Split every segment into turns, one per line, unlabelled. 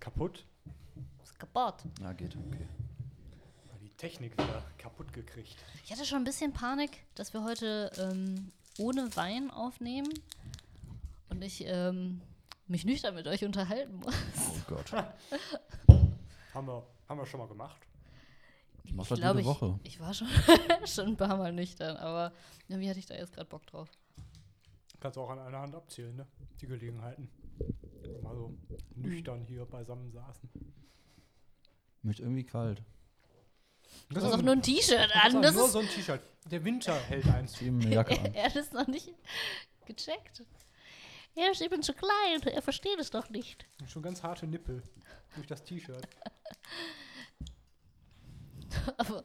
kaputt.
Ist kaputt.
Na, Ah, geht, okay.
Mal Die Technik wieder kaputt gekriegt.
Ich hatte schon ein bisschen Panik, dass wir heute ähm, ohne Wein aufnehmen und ich ähm, mich nüchtern mit euch unterhalten muss.
Oh Gott.
Haben wir, haben wir schon mal gemacht.
Ich mach
Ich
das halt
glaube,
jede
ich,
Woche.
ich war schon, schon ein paar Mal nüchtern, aber irgendwie hatte ich da jetzt gerade Bock drauf.
Kannst du auch an einer Hand abzählen, ne? Die Gelegenheiten. Wo wir Mal so nüchtern hier beisammen saßen.
Mir ist irgendwie kalt.
Du hast auch nur ein T-Shirt an. Das
nur
ist,
so ein T-Shirt. Der Winter hält eins.
Zieh mir eine Jacke an.
er hat es noch nicht gecheckt. Er ist eben zu klein, er versteht es doch nicht.
Schon ganz harte Nippel durch das T-Shirt.
Aber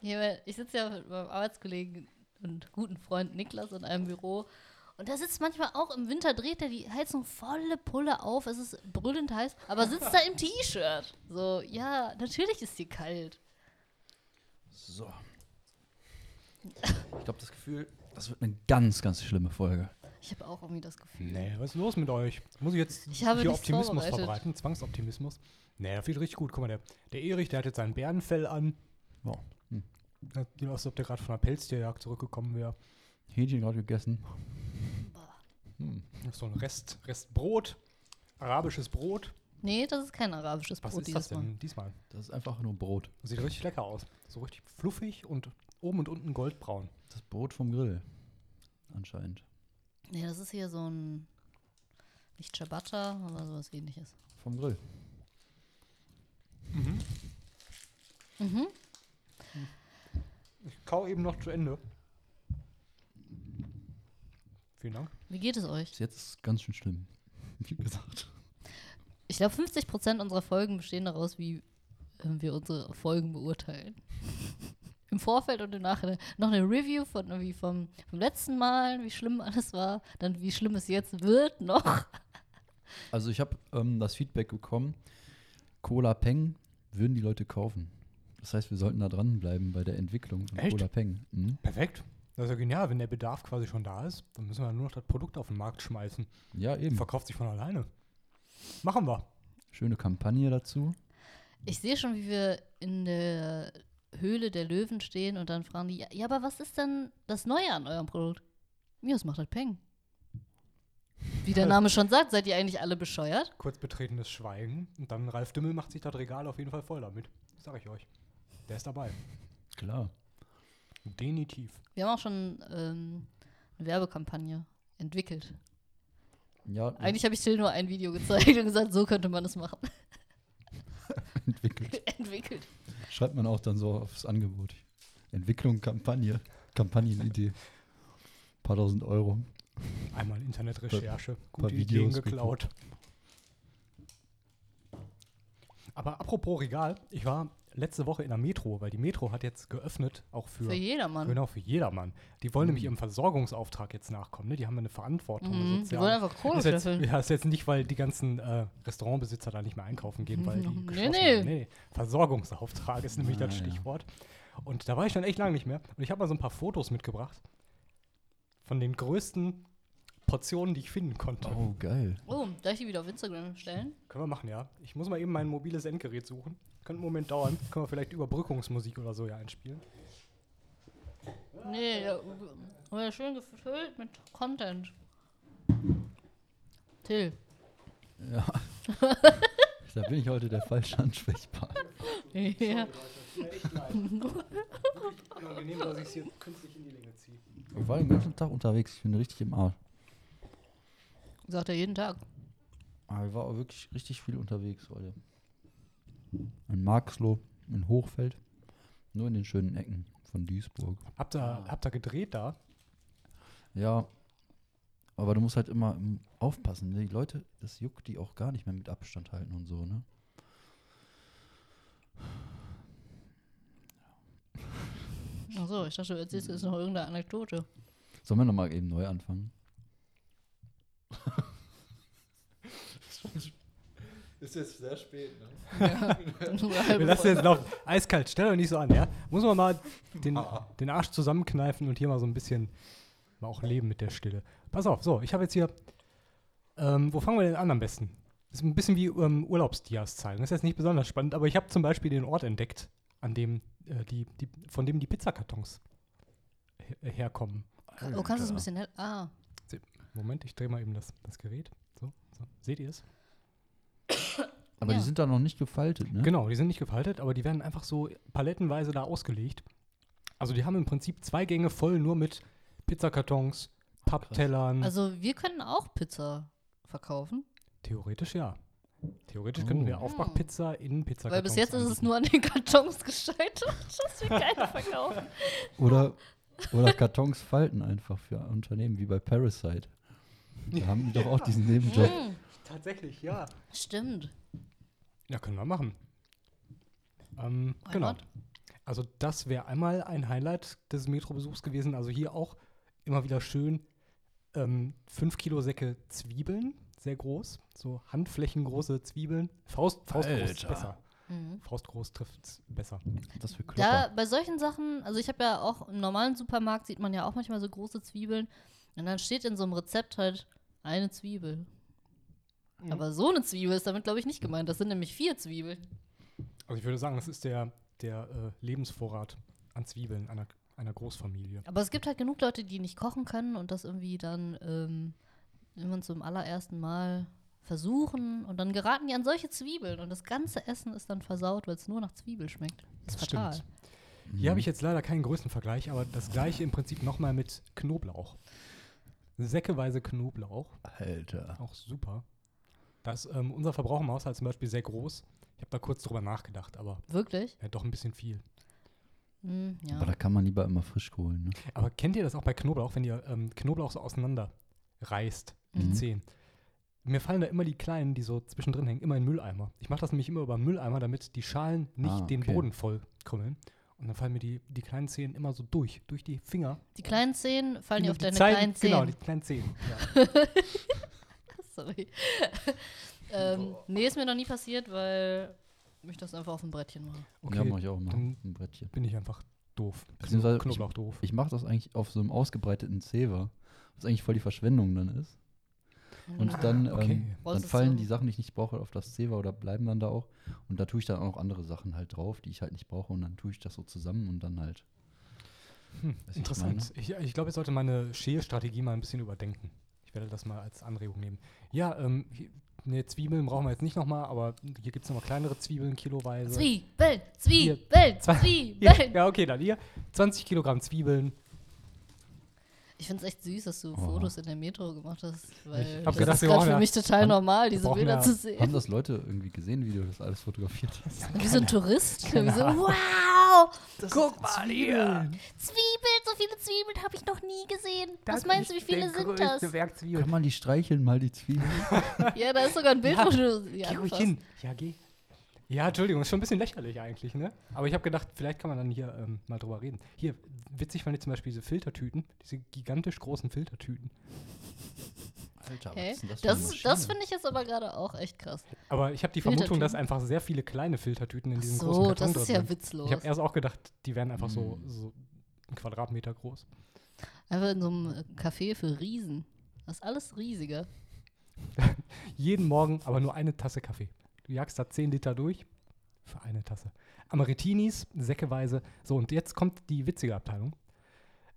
Ja, weil ich sitze ja mit meinem Arbeitskollegen und guten Freund Niklas in einem Büro. Und da sitzt manchmal auch im Winter, dreht er die Heizung volle Pulle auf. Es ist brüllend heiß, aber sitzt da im T-Shirt. So, ja, natürlich ist hier kalt.
So. Ich glaube, das Gefühl, das wird eine ganz, ganz schlimme Folge.
Ich habe auch irgendwie das Gefühl.
Nee, was ist los mit euch? Muss ich jetzt
Ich habe
hier
nichts
Optimismus
vorbereitet.
verbreiten? Zwangsoptimismus? Nee, das wird richtig gut. Guck mal, der, der Erich, der hat jetzt sein Bärenfell an.
Wow. Hm.
Das sieht aus, als ob der gerade von einer Pelztierjagd zurückgekommen wäre.
Hähnchen gerade gegessen.
So ein Rest, Restbrot. Arabisches Brot.
Nee, das ist kein arabisches
Was
Brot
ist das
dieses
denn
Mal.
diesmal?
Das ist einfach nur Brot.
Sieht richtig lecker aus. So richtig fluffig und oben und unten goldbraun.
Das Brot vom Grill. Anscheinend.
Nee, das ist hier so ein. Nicht Ciabatta, aber sowas ähnliches.
Vom Grill.
Ich kau eben noch zu Ende. Vielen Dank.
Wie geht es euch?
Bis jetzt ist es ganz schön schlimm. Wie gesagt.
Ich glaube, 50 Prozent unserer Folgen bestehen daraus, wie äh, wir unsere Folgen beurteilen. Im Vorfeld und im Nachhinein. Noch eine Review von irgendwie vom, vom letzten Mal, wie schlimm alles war, dann wie schlimm es jetzt wird noch.
Also ich habe ähm, das Feedback bekommen, Cola Peng würden die Leute kaufen. Das heißt, wir sollten da dranbleiben bei der Entwicklung von
Echt?
Cola Peng. Mhm.
Perfekt. Das ist ja genial. Wenn der Bedarf quasi schon da ist, dann müssen wir nur noch das Produkt auf den Markt schmeißen.
Ja, eben.
Verkauft sich von alleine. Machen wir.
Schöne Kampagne dazu.
Ich sehe schon, wie wir in der Höhle der Löwen stehen und dann fragen die, "Ja, ja, aber was ist denn das Neue an eurem Produkt? Mir, es macht halt Peng. Wie der Name schon sagt, seid ihr eigentlich alle bescheuert?
Kurz betretenes Schweigen. Und dann Ralf Dümmel macht sich das Regal auf jeden Fall voll damit. Sag ich euch. Der ist dabei.
Klar.
Denitiv.
Wir haben auch schon ähm, eine Werbekampagne entwickelt.
Ja,
Eigentlich habe ich Till nur ein Video gezeigt und gesagt, so könnte man es machen.
entwickelt.
Entwickelt.
Schreibt man auch dann so aufs Angebot. Entwicklung, Kampagne, Kampagnenidee. paar tausend Euro.
Einmal Internetrecherche.
paar
Gute Ideen
Videos
geklaut. Aber apropos Regal, ich war letzte Woche in der Metro, weil die Metro hat jetzt geöffnet, auch
Für jedermann.
Genau, für jedermann. Die wollen nämlich
Mhm.
ihrem Versorgungsauftrag jetzt nachkommen. Ne? Die haben ja eine Verantwortung. eine
Mhm. Die
soziale.
wollen einfach Kohle
ist jetzt,
scheffeln.
ja, ist jetzt nicht, weil die ganzen äh, Restaurantbesitzer da nicht mehr einkaufen gehen, weil die
Nee,
geschlossen
nee.
haben. Versorgungsauftrag ist nämlich das
Ah, ja.
Stichwort. Und da war ich schon echt lange nicht mehr. Und ich habe mal so ein paar Fotos mitgebracht von den größten Portionen, die ich finden konnte.
Oh, geil.
Oh, darf ich die wieder auf Instagram stellen?
Können wir machen, ja. Ich muss mal eben mein mobiles Endgerät suchen. Könnte einen Moment dauern. Können wir vielleicht Überbrückungsmusik oder so ja einspielen.
Nee, ja, oh, ja, schön gefüllt mit Content. Till.
Ja. da bin ich heute der falsche Ansprechpartner.
Ja.
Unangenehm, dass ich es hier künstlich in die Länge ziehe.
Ich war den ganzen Tag unterwegs. Ich bin richtig im Arsch.
Sagt er jeden Tag.
Aber ich war auch wirklich richtig viel unterwegs heute. In Marxloh, in Hochfeld. Nur in den schönen Ecken von Duisburg.
Habt ihr, habt ihr gedreht da?
Ja. Aber du musst halt immer ähm, aufpassen. Die Leute, das juckt die auch gar nicht mehr mit Abstand halten und so, ne?
Achso, ich dachte, du erzählst jetzt noch irgendeine Anekdote.
Sollen wir nochmal eben neu anfangen? Ist jetzt sehr spät, ne?
Äh,
Wir lassen jetzt laufen. Eiskalt, stell euch nicht so an, ja? Muss man mal den, den Arsch zusammenkneifen und hier mal so ein bisschen mal auch leben mit der Stille. Pass auf, so, ich habe jetzt hier. Ähm, wo fangen wir denn an am besten? ist ein bisschen wie ähm, Urlaubsdias zeigen. Das ist jetzt nicht besonders spannend, aber ich habe zum Beispiel den Ort entdeckt, an dem äh, die, die, von dem die Pizzakartons her- herkommen.
Oh, kannst du es ein bisschen hell? Ah,
Moment, ich drehe mal eben das, das Gerät. So, so. Seht ihr es?
Aber
Ja.
die sind da noch nicht gefaltet, ne?
Genau, die sind nicht gefaltet, aber die werden einfach so palettenweise da ausgelegt. Also die haben im Prinzip zwei Gänge voll nur mit Pizzakartons, Papptellern.
also wir können auch Pizza verkaufen.
Theoretisch ja. Theoretisch könnten wir
Oh.
Aufbackpizza in Pizzakartons
Weil bis jetzt ist es
anbieten.
nur an den Kartons gescheitert, dass wir keine verkaufen.
Oder, oder Kartons falten einfach für Unternehmen, wie bei Parasite. Da haben die doch auch diesen Nebenjob.
Hm,
Tatsächlich, ja.
stimmt.
Ja, können wir machen. Ähm,
Why
genau.
not?
Also das wäre einmal ein Highlight des Metro-Besuchs gewesen. Also hier auch immer wieder schön ähm, 5 Kilo Säcke Zwiebeln, sehr groß, so handflächengroße Zwiebeln. Faust, faustgroß ist
Alter.
besser.
Mhm.
Faustgroß trifft besser.
Das für
Da,
Klopper.
bei solchen Sachen, also ich habe ja auch im normalen Supermarkt sieht man ja auch manchmal so große Zwiebeln. Und dann steht in so einem Rezept halt eine Zwiebel.
Mhm.
Aber so eine Zwiebel ist damit, glaube ich, nicht gemeint. Das sind nämlich vier Zwiebeln.
Also ich würde sagen, das ist der, der äh, Lebensvorrat an Zwiebeln einer, einer Großfamilie.
Aber es gibt halt genug Leute, die nicht kochen können und das irgendwie dann ähm, immer zum allerersten Mal versuchen und dann geraten die an solche Zwiebeln und das ganze Essen ist dann versaut, weil es nur nach Zwiebel schmeckt. Das ist
Das
fatal.
stimmt. Hier habe ich jetzt leider keinen Größenvergleich, aber das gleiche im Prinzip nochmal mit Knoblauch. Säckeweise Knoblauch,
Hm, Alter.
auch super. Da ist ähm, unser Verbrauch im Haushalt zum Beispiel sehr groß. Ich habe da kurz drüber nachgedacht, aber
Wirklich?
ja, doch ein bisschen viel.
Hm, ja.
Aber da kann man lieber immer frisch holen, ne?
Aber kennt ihr das auch bei Knoblauch, wenn ihr ähm, Knoblauch so auseinander reißt, die
Mhm.
Zehen? Mir fallen da immer die kleinen, die so zwischendrin hängen, immer in den Mülleimer. Ich mache das nämlich immer über den Mülleimer, damit die Schalen nicht
Ah,
den
okay.
Boden voll krümmeln. Und dann fallen mir die, die kleinen Zehen immer so durch, durch die Finger.
Die kleinen Zehen fallen dir auf deine
Zehen-
kleinen Zehen.
Genau, die kleinen Zehen.
Sorry. ähm, nee, ist mir noch nie passiert, weil ich das einfach auf dem Brettchen mache.
Okay,
Ja, mache ich auch immer.
dann-
Ein Brettchen.
bin ich einfach doof.
Beziehungsweise ich-
Knoblauch doof.
Ich mache das eigentlich auf so einem ausgebreiteten Zewa, was eigentlich voll die Verschwendung dann ist. Und dann,
okay.
ähm,
Brauchst
dann
du's
fallen
so?
die Sachen, die ich nicht brauche, auf das Zewa oder bleiben dann da auch. Und da tue ich dann auch noch andere Sachen halt drauf, die ich halt nicht brauche. Und dann tue ich das so zusammen und dann halt.
Hm,
was ich
interessant. Ich, ich glaube, ich sollte meine Schälstrategie mal ein bisschen überdenken. Ich werde das mal als Anregung nehmen. Ja, ähm, hier- ne, Zwiebeln brauchen wir jetzt nicht nochmal, aber hier gibt es nochmal kleinere Zwiebeln, kiloweise.
Zwiebeln, Zwiebeln,
Hier. Zwei- Hier,
Zwiebeln.
ja, okay, dann hier 20 Kilogramm Zwiebeln.
Ich finde es echt süß, dass du
Oh.
Fotos in der Metro gemacht hast, weil
hab
das
gedacht,
ist
wir
gerade
brauchen
für
ja-
mich total
haben-
normal, diese
brauchen
Bilder
ja-
zu
Haben
sehen.
das Leute irgendwie gesehen, wie du das alles fotografiert hast?
Wie so ein Tourist. Wie so, wow,
Guck mal hier.
Zwiebeln, so viele Zwiebeln habe ich noch nie gesehen. Was meinst du, wie viele sind das?
Kann man die streicheln, mal die Zwiebeln?
Ja, da ist sogar ein Bild,
Ja,
wo du sie
Geh ruhig
anfasst.
hin. Ja, geh. Ja, Entschuldigung, ist schon ein bisschen lächerlich eigentlich, ne? Aber ich habe gedacht, vielleicht kann man dann hier ähm, mal drüber reden. Hier, witzig fand ich zum Beispiel diese Filtertüten, diese gigantisch großen Filtertüten.
Alter,
Okay.
das
Das, das finde ich jetzt aber gerade auch echt krass.
Aber ich habe die Vermutung,
Filtertüten?
dass einfach sehr viele kleine Filtertüten in
Ach
diesem großen
so,
Karton
das
drin
ist ja
sind.
witzlos.
Ich habe erst auch gedacht, die wären einfach so,
Mm.
so ein Quadratmeter groß.
Einfach in so einem äh, Café für Riesen. Das ist alles riesiger.
Hm. Jeden Morgen aber nur eine Tasse Kaffee. Du jagst da 10 Liter durch für eine Tasse. Amaretinis, säckeweise. So, und jetzt kommt die witzige Abteilung.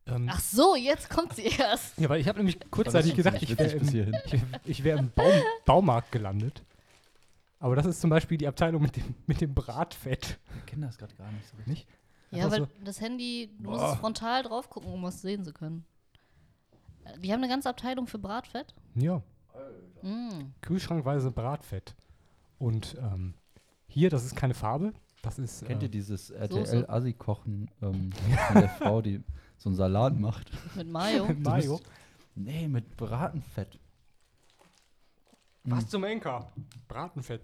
Ähm,
Ach so, jetzt kommt sie erst.
Ja, weil ich habe nämlich kurzzeitig gedacht, ich wäre
bis
im,
hierhin.
ich, ich wär im Baum, Baumarkt gelandet. Aber das ist zum Beispiel die Abteilung mit dem, mit dem Bratfett.
Ich kenne das gerade gar nicht so
Nicht?
Ja,
Einfach
weil
so-
das Handy, du
Boah.
musst frontal drauf gucken, um was sehen zu können. Äh, Die haben eine ganze Abteilung für Bratfett.
Ja,
Mm.
kühlschrankweise Bratfett. Und ähm, hier, das ist keine Farbe, das ist.
Kennt
äh,
ihr dieses
Soße.
RTL-Assi-Kochen ähm, von der Frau, die so einen Salat macht?
Mit Mayo.
Mayo?
Nee, mit Bratenfett.
Was zum Enker? Bratenfett.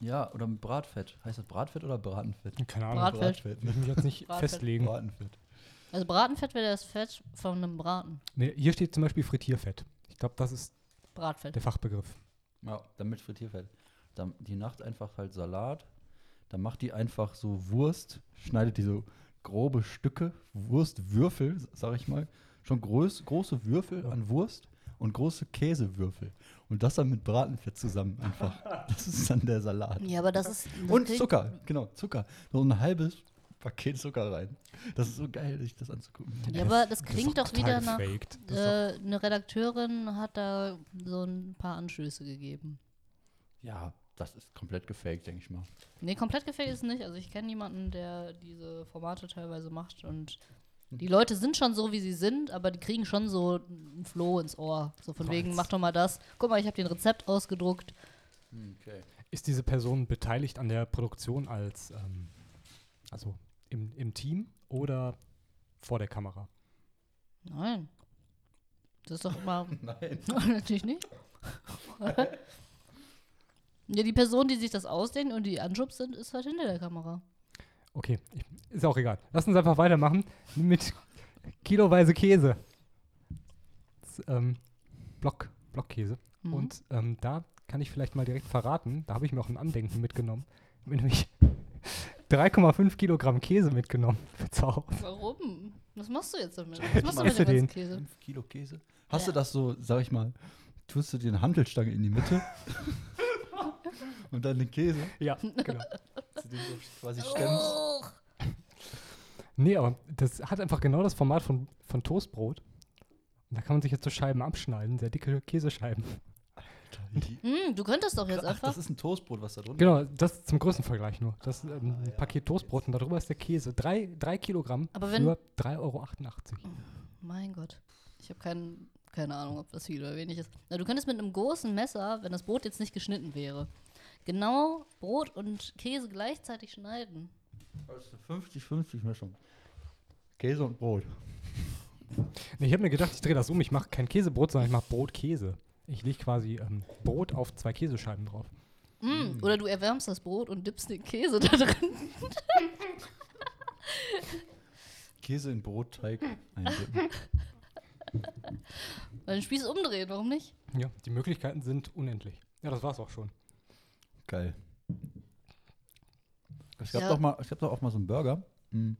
Ja, oder mit Bratfett. Heißt das Bratfett oder Bratenfett?
Keine Ahnung.
Brat- Bratfett.
Bratfett.
Ich will mich jetzt nicht
Bratfett.
festlegen.
Bratenfett.
Also Bratenfett wäre das Fett von einem Braten.
Nee, hier steht zum Beispiel Frittierfett. Ich glaube, das ist
Bratfett.
der Fachbegriff.
Ja, dann mit Frittierfett. Dann die Nacht einfach halt Salat. Dann macht die einfach so Wurst, schneidet die so grobe Stücke, Wurstwürfel, sag ich mal. Schon groß, große Würfel an Wurst und große Käsewürfel. Und das dann mit Bratenfett zusammen einfach. Das ist dann der Salat.
Ja, aber das ist. das
Und
klingt-
Zucker, genau, Zucker. So ein halbes Paket Zucker rein. Das ist so geil, sich das anzugucken.
Ja, aber das klingt
ist
doch wieder
total
nach.
gefaked. Das ist doch-
Äh, eine Redakteurin hat da so ein paar Anschlüsse gegeben.
Ja, das ist komplett gefaked, denke ich mal.
Nee, komplett gefällt es nicht. Also ich kenne jemanden, der diese Formate teilweise macht und
Hm.
die Leute sind schon so, wie sie sind, aber die kriegen schon so einen Floh ins Ohr. So von wegen,
Nice.
mach doch mal das. Guck mal, ich habe den Rezept ausgedruckt.
Okay.
Ist diese Person beteiligt an der Produktion als, ähm, also im, im Team oder vor der Kamera?
Nein. Das ist doch immer.
Nein.
Natürlich nicht. ja, die Person, die sich das ausdenkt und die anschubst sind, ist halt hinter der Kamera.
Okay, ich, ist auch egal. Lass uns einfach weitermachen mit kiloweise Käse. Das, ähm, Block, Blockkäse.
Mhm.
Und ähm, da kann ich vielleicht mal direkt verraten, da habe ich mir auch ein Andenken mitgenommen. Ich habe mir nämlich 3,5 Kilogramm Käse mitgenommen für zu Hause.
Warum? Was machst du jetzt damit? Was machst du
mal
mit
für
dem ganzen
den.
Käse?
5 Kilo Käse. Hast
Ja.
du das so, sag ich mal, tust du dir eine Hantelstange in die Mitte und dann den Käse, Oh.
Ja, genau.
dass du den so quasi stemmst.
Nee, aber das hat einfach genau das Format von, von Toastbrot. Und da kann man sich jetzt so Scheiben abschneiden, sehr dicke Käsescheiben.
Hm, du könntest doch jetzt
Ach,
einfach.
das ist ein Toastbrot, was da drunter
Genau, das zum Größenvergleich nur. Das ist ähm, ein Paket Toastbrot und darüber ist der Käse. Drei, drei Kilogramm
Aber wenn-
für 3,88 Euro.
Mein Gott. Ich habe kein, keine Ahnung, ob das viel oder wenig ist. Na, du könntest mit einem großen Messer, wenn das Brot jetzt nicht geschnitten wäre, genau Brot und Käse gleichzeitig schneiden.
Das ist Also eine 50-50-Mischung. Käse und Brot.
Nee, ich habe mir gedacht, ich drehe das um. Ich mache kein Käsebrot, sondern ich mache Brotkäse. Ich lege quasi ähm, Brot auf zwei Käsescheiben drauf.
Mm. Oder du erwärmst das Brot und dippst den Käse da drin.
Käse in Brotteig eindippen.
Weil den Spieß umdrehen, warum nicht?
Ja, die Möglichkeiten sind unendlich. Ja, das war's auch schon.
Geil. Es gab,
Ja.
doch mal, es gab doch auch mal so einen Burger mh,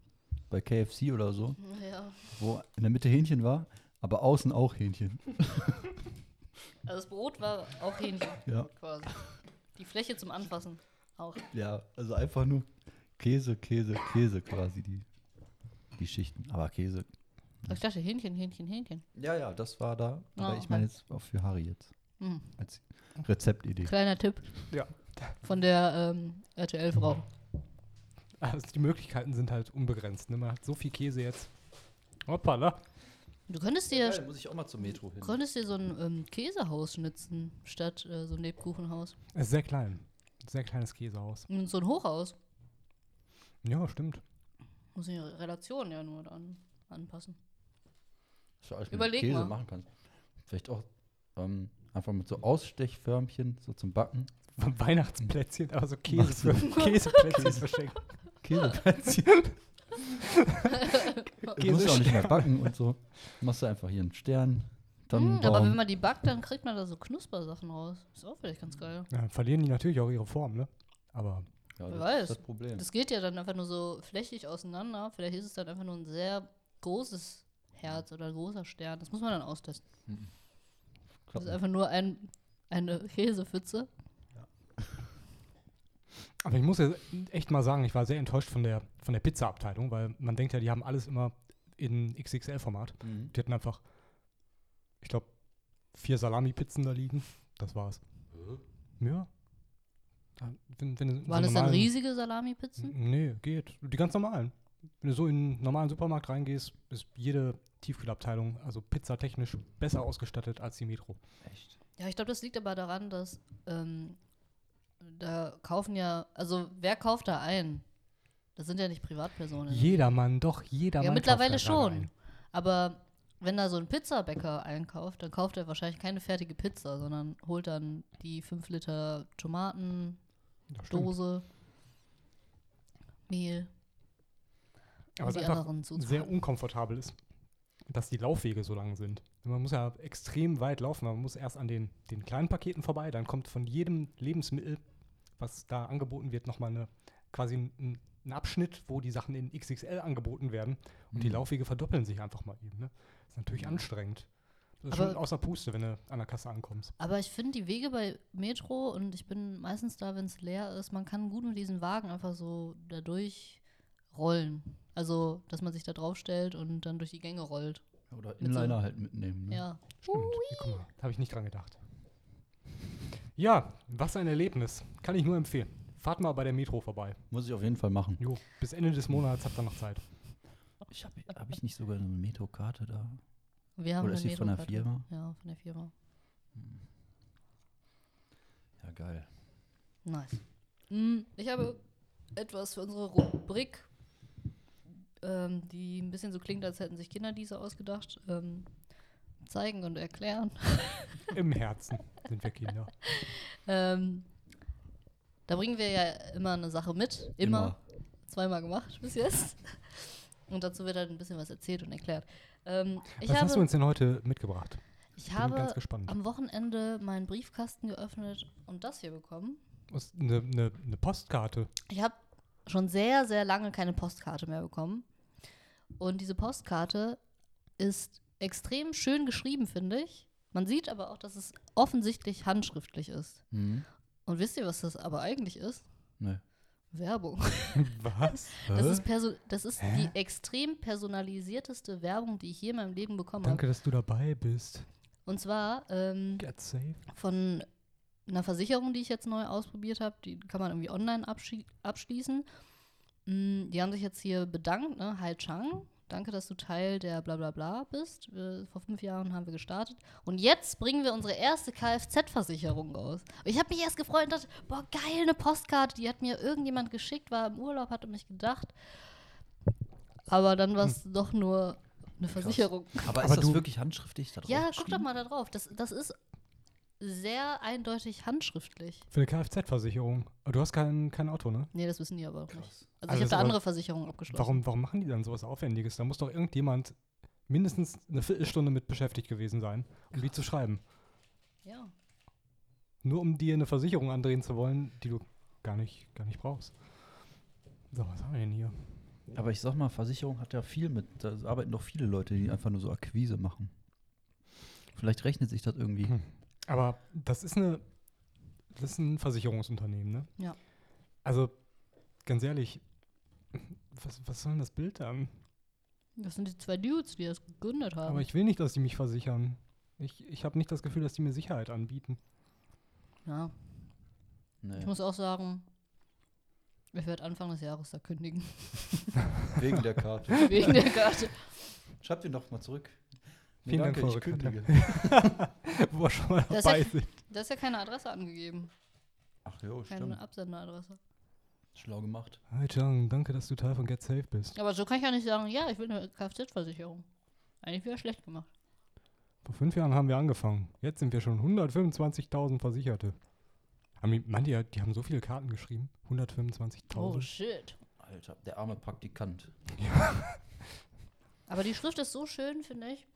bei KFC oder so,
Ja.
wo in der Mitte Hähnchen war, aber außen auch Hähnchen.
Also das Brot war auch Hähnchen
Ja,
quasi. Die Fläche zum Anfassen auch.
ja, also einfach nur Käse, Käse, Käse quasi die, die Schichten. Aber Käse.
Aber Ich dachte Hähnchen, Hähnchen, Hähnchen.
Ja, ja, das war da. Aber
Ja,
ich meine jetzt auch für Harry jetzt
Hm.
als Rezeptidee.
Kleiner Tipp
Ja.
von der ähm, RTL-Frau.
Also die Möglichkeiten sind halt unbegrenzt. Ne? Man hat so viel Käse jetzt. Hoppala.
Du könntest dir,
muss ich auch mal zum Metro hin.
könntest dir so ein ähm, Käsehaus schnitzen, statt äh, so ein Lebkuchenhaus.
Es ist sehr klein. Sehr kleines Käsehaus.
Und so ein Hochhaus.
Ja, stimmt.
Muss die Relation ja nur dann anpassen.
dass du alles
Überleg
mit Käse
mal.
machen kannst. Vielleicht auch ähm, einfach mit so Ausstechförmchen so zum Backen.
Weihnachtsplätzchen, aber so Käse
Machst du-
für Käseplätzchen verschenken.
Käseplätzchen. du musst ja auch nicht mehr backen und so. Machst du einfach hier einen Stern, dann einen
Hm, aber wenn
Baum.
man die backt, dann kriegt man da so Knuspersachen raus. Ist auch vielleicht ganz geil.
Ja, dann verlieren die natürlich auch ihre Form, ne? Aber
Ja,
Wer
das
weiß.
ist das Problem.
Das geht ja dann einfach nur so flächig auseinander. Vielleicht ist es dann einfach nur ein sehr großes Herz oder ein großer Stern. Das muss man dann austesten. Das
Klappt
ist einfach nur ein, eine Käsepfütze.
Aber ich muss ja echt mal sagen, ich war sehr enttäuscht von der, von der Pizza-Abteilung, weil man denkt ja, die haben alles immer in XXL-Format.
nicht. Mhm.
Die hatten einfach, ich glaube, vier Salami-Pizzen da liegen. Das war's. Ja. Da- Wenn, wenn du so
Waren das dann
normalen-
riesige Salami-Pizzen?
N- Nee, geht. Die ganz normalen. Wenn du so in einen normalen Supermarkt reingehst, ist jede Tiefkühlabteilung, also pizzatechnisch, besser ausgestattet als die Metro.
Echt.
Ja, ich glaube, das liegt aber daran, dass ähm, da kaufen ja, also wer kauft da ein? Das sind ja nicht Privatpersonen.
Jedermann, doch, jedermann.
Mhm. ja,
kauft
mittlerweile
da
schon.
gerade ein.
Aber wenn da so ein Pizzabäcker einkauft, dann kauft er wahrscheinlich keine fertige Pizza, sondern holt dann die 5 Liter Tomatendose,
Ja, stimmt.
Mehl
Aber
und
es
die
ist einfach
anderen Zutaten.
sehr unkomfortabel ist, dass die Laufwege so lang sind. Man muss ja extrem weit laufen. Man muss erst an den, den kleinen Paketen vorbei, dann kommt von jedem Lebensmittel, was da angeboten wird, nochmal eine, quasi ein, ein Abschnitt, wo die Sachen in XXL angeboten werden. Und die
Mhm.
Laufwege verdoppeln sich einfach mal eben. Ne? Ist natürlich anstrengend. Das ist
Aber-
schon aus der Puste, wenn du an der Kasse ankommst.
Aber ich finde die Wege bei Metro und ich bin meistens da, wenn es leer ist, man kann gut mit diesen Wagen einfach so da durchrollen. Also, dass man sich da draufstellt und dann durch die Gänge rollt.
Oder
so-
Inliner halt mitnehmen. Ne?
Ja.
Stimmt. Ja, guck mal, habe ich nicht dran gedacht. Ja, was ein Erlebnis. Kann ich nur empfehlen. Fahrt mal bei der Metro vorbei.
Muss ich auf jeden Fall machen.
Jo, bis Ende des Monats habt ihr noch Zeit.
Ich habe hab ich nicht sogar eine Metro-Karte da?
Wir haben
Oder
eine
ist die von der
Metro-Karte.
Firma?
Ja, von der Firma.
Ja, geil.
Nice. Mm, Ich habe etwas für unsere Rubrik, ähm, die ein bisschen so klingt, als hätten sich Kinder diese ausgedacht, ähm, zeigen und erklären.
Im Herzen sind wir Kinder.
Ähm, da bringen wir ja immer eine Sache mit. Immer. Zweimal gemacht bis jetzt. Und dazu wird dann ein bisschen was erzählt und erklärt. Ähm, ich
was
habe,
Also hast du uns denn heute mitgebracht?
ich
bin ganz
habe
gespannt.
am Wochenende meinen Briefkasten geöffnet und das hier bekommen.
Aus- Eine ne, ne Postkarte.
Ich habe schon sehr, sehr lange keine Postkarte mehr bekommen. Und diese Postkarte ist extrem schön geschrieben, finde ich. Man sieht aber auch, dass es offensichtlich handschriftlich ist.
Mhm.
Und wisst ihr, was das aber eigentlich ist?
Nee.
Werbung.
Was?
Das
Hä?
ist, perso das ist
Hä?
die extrem personalisierteste Werbung, die ich je in meinem Leben bekommen habe.
Danke, dass du dabei bist.
Und zwar ähm,
Get safe.
von einer Versicherung, die ich jetzt neu ausprobiert habe. Die kann man irgendwie online abschie- abschließen. Mm, die haben sich jetzt hier bedankt, ne? Hai Chang. Danke, dass du Teil der Blablabla bist. Wir, vor fünf Jahren haben wir gestartet. Und jetzt bringen wir unsere erste Kfz-Versicherung raus. Ich habe mich erst gefreut und dachte, boah, geil, eine Postkarte. Die hat mir irgendjemand geschickt, war im Urlaub, hat an mich gedacht. Aber dann war es doch nur eine Versicherung.
Aber,
Aber
ist das
du-
wirklich handschriftlich da drauf?
Ja, guck
geschrieben?
doch mal da drauf. Das, das ist sehr eindeutig handschriftlich.
Für eine Kfz-Versicherung. Aber Du hast kein, kein Auto, ne?
Nee, das wissen die aber auch nicht. Also,
Also
ich habe
das
da
aber-
andere Versicherungen abgeschlossen.
Warum, warum machen die dann sowas Aufwendiges? Da muss doch irgendjemand mindestens eine Viertelstunde mit beschäftigt gewesen sein, um die zu schreiben.
Ja.
Nur um dir eine Versicherung andrehen zu wollen, die du gar nicht, gar nicht brauchst. So, was haben wir denn hier?
Aber ich sag mal, Versicherung hat ja viel mit. Da arbeiten doch viele Leute, die einfach nur so Akquise machen. Vielleicht rechnet sich das irgendwie.
Hm. Aber das ist eine, das ist ein Versicherungsunternehmen, ne?
Ja.
Also, ganz ehrlich, was, was soll denn das Bild dann?
Ähm. Das sind die zwei Dudes, die das gegründet haben.
Aber ich will nicht, dass die mich versichern. Ich, ich habe nicht das Gefühl, dass die mir Sicherheit anbieten.
ja.
Nee.
Ich muss auch sagen, ich werde Anfang des Jahres da kündigen.
Wegen der Karte.
Wegen der Karte.
Schreibt ihn doch mal zurück.
Nee, Vielen Dank danke, für eure ich kündige. Wo wir schon mal
Das ist
dabei
ja-
sind.
Da ist ja keine Adresse angegeben.
Ach jo,
Keine
stimmt.
Absenderadresse.
Schlau gemacht.
Hi Chang, danke, dass du Teil von Get Safe bist.
Aber so kann ich ja nicht sagen, ja, ich will eine Kfz-Versicherung. Eigentlich wieder schlecht gemacht.
Vor fünf Jahren haben wir angefangen. Jetzt sind wir schon 125.000 Versicherte. Haben die, meint ihr, die haben so viele Karten geschrieben? 125.000?
Oh, shit.
Alter, der arme Praktikant.
Aber die Schrift ist so schön, finde ich.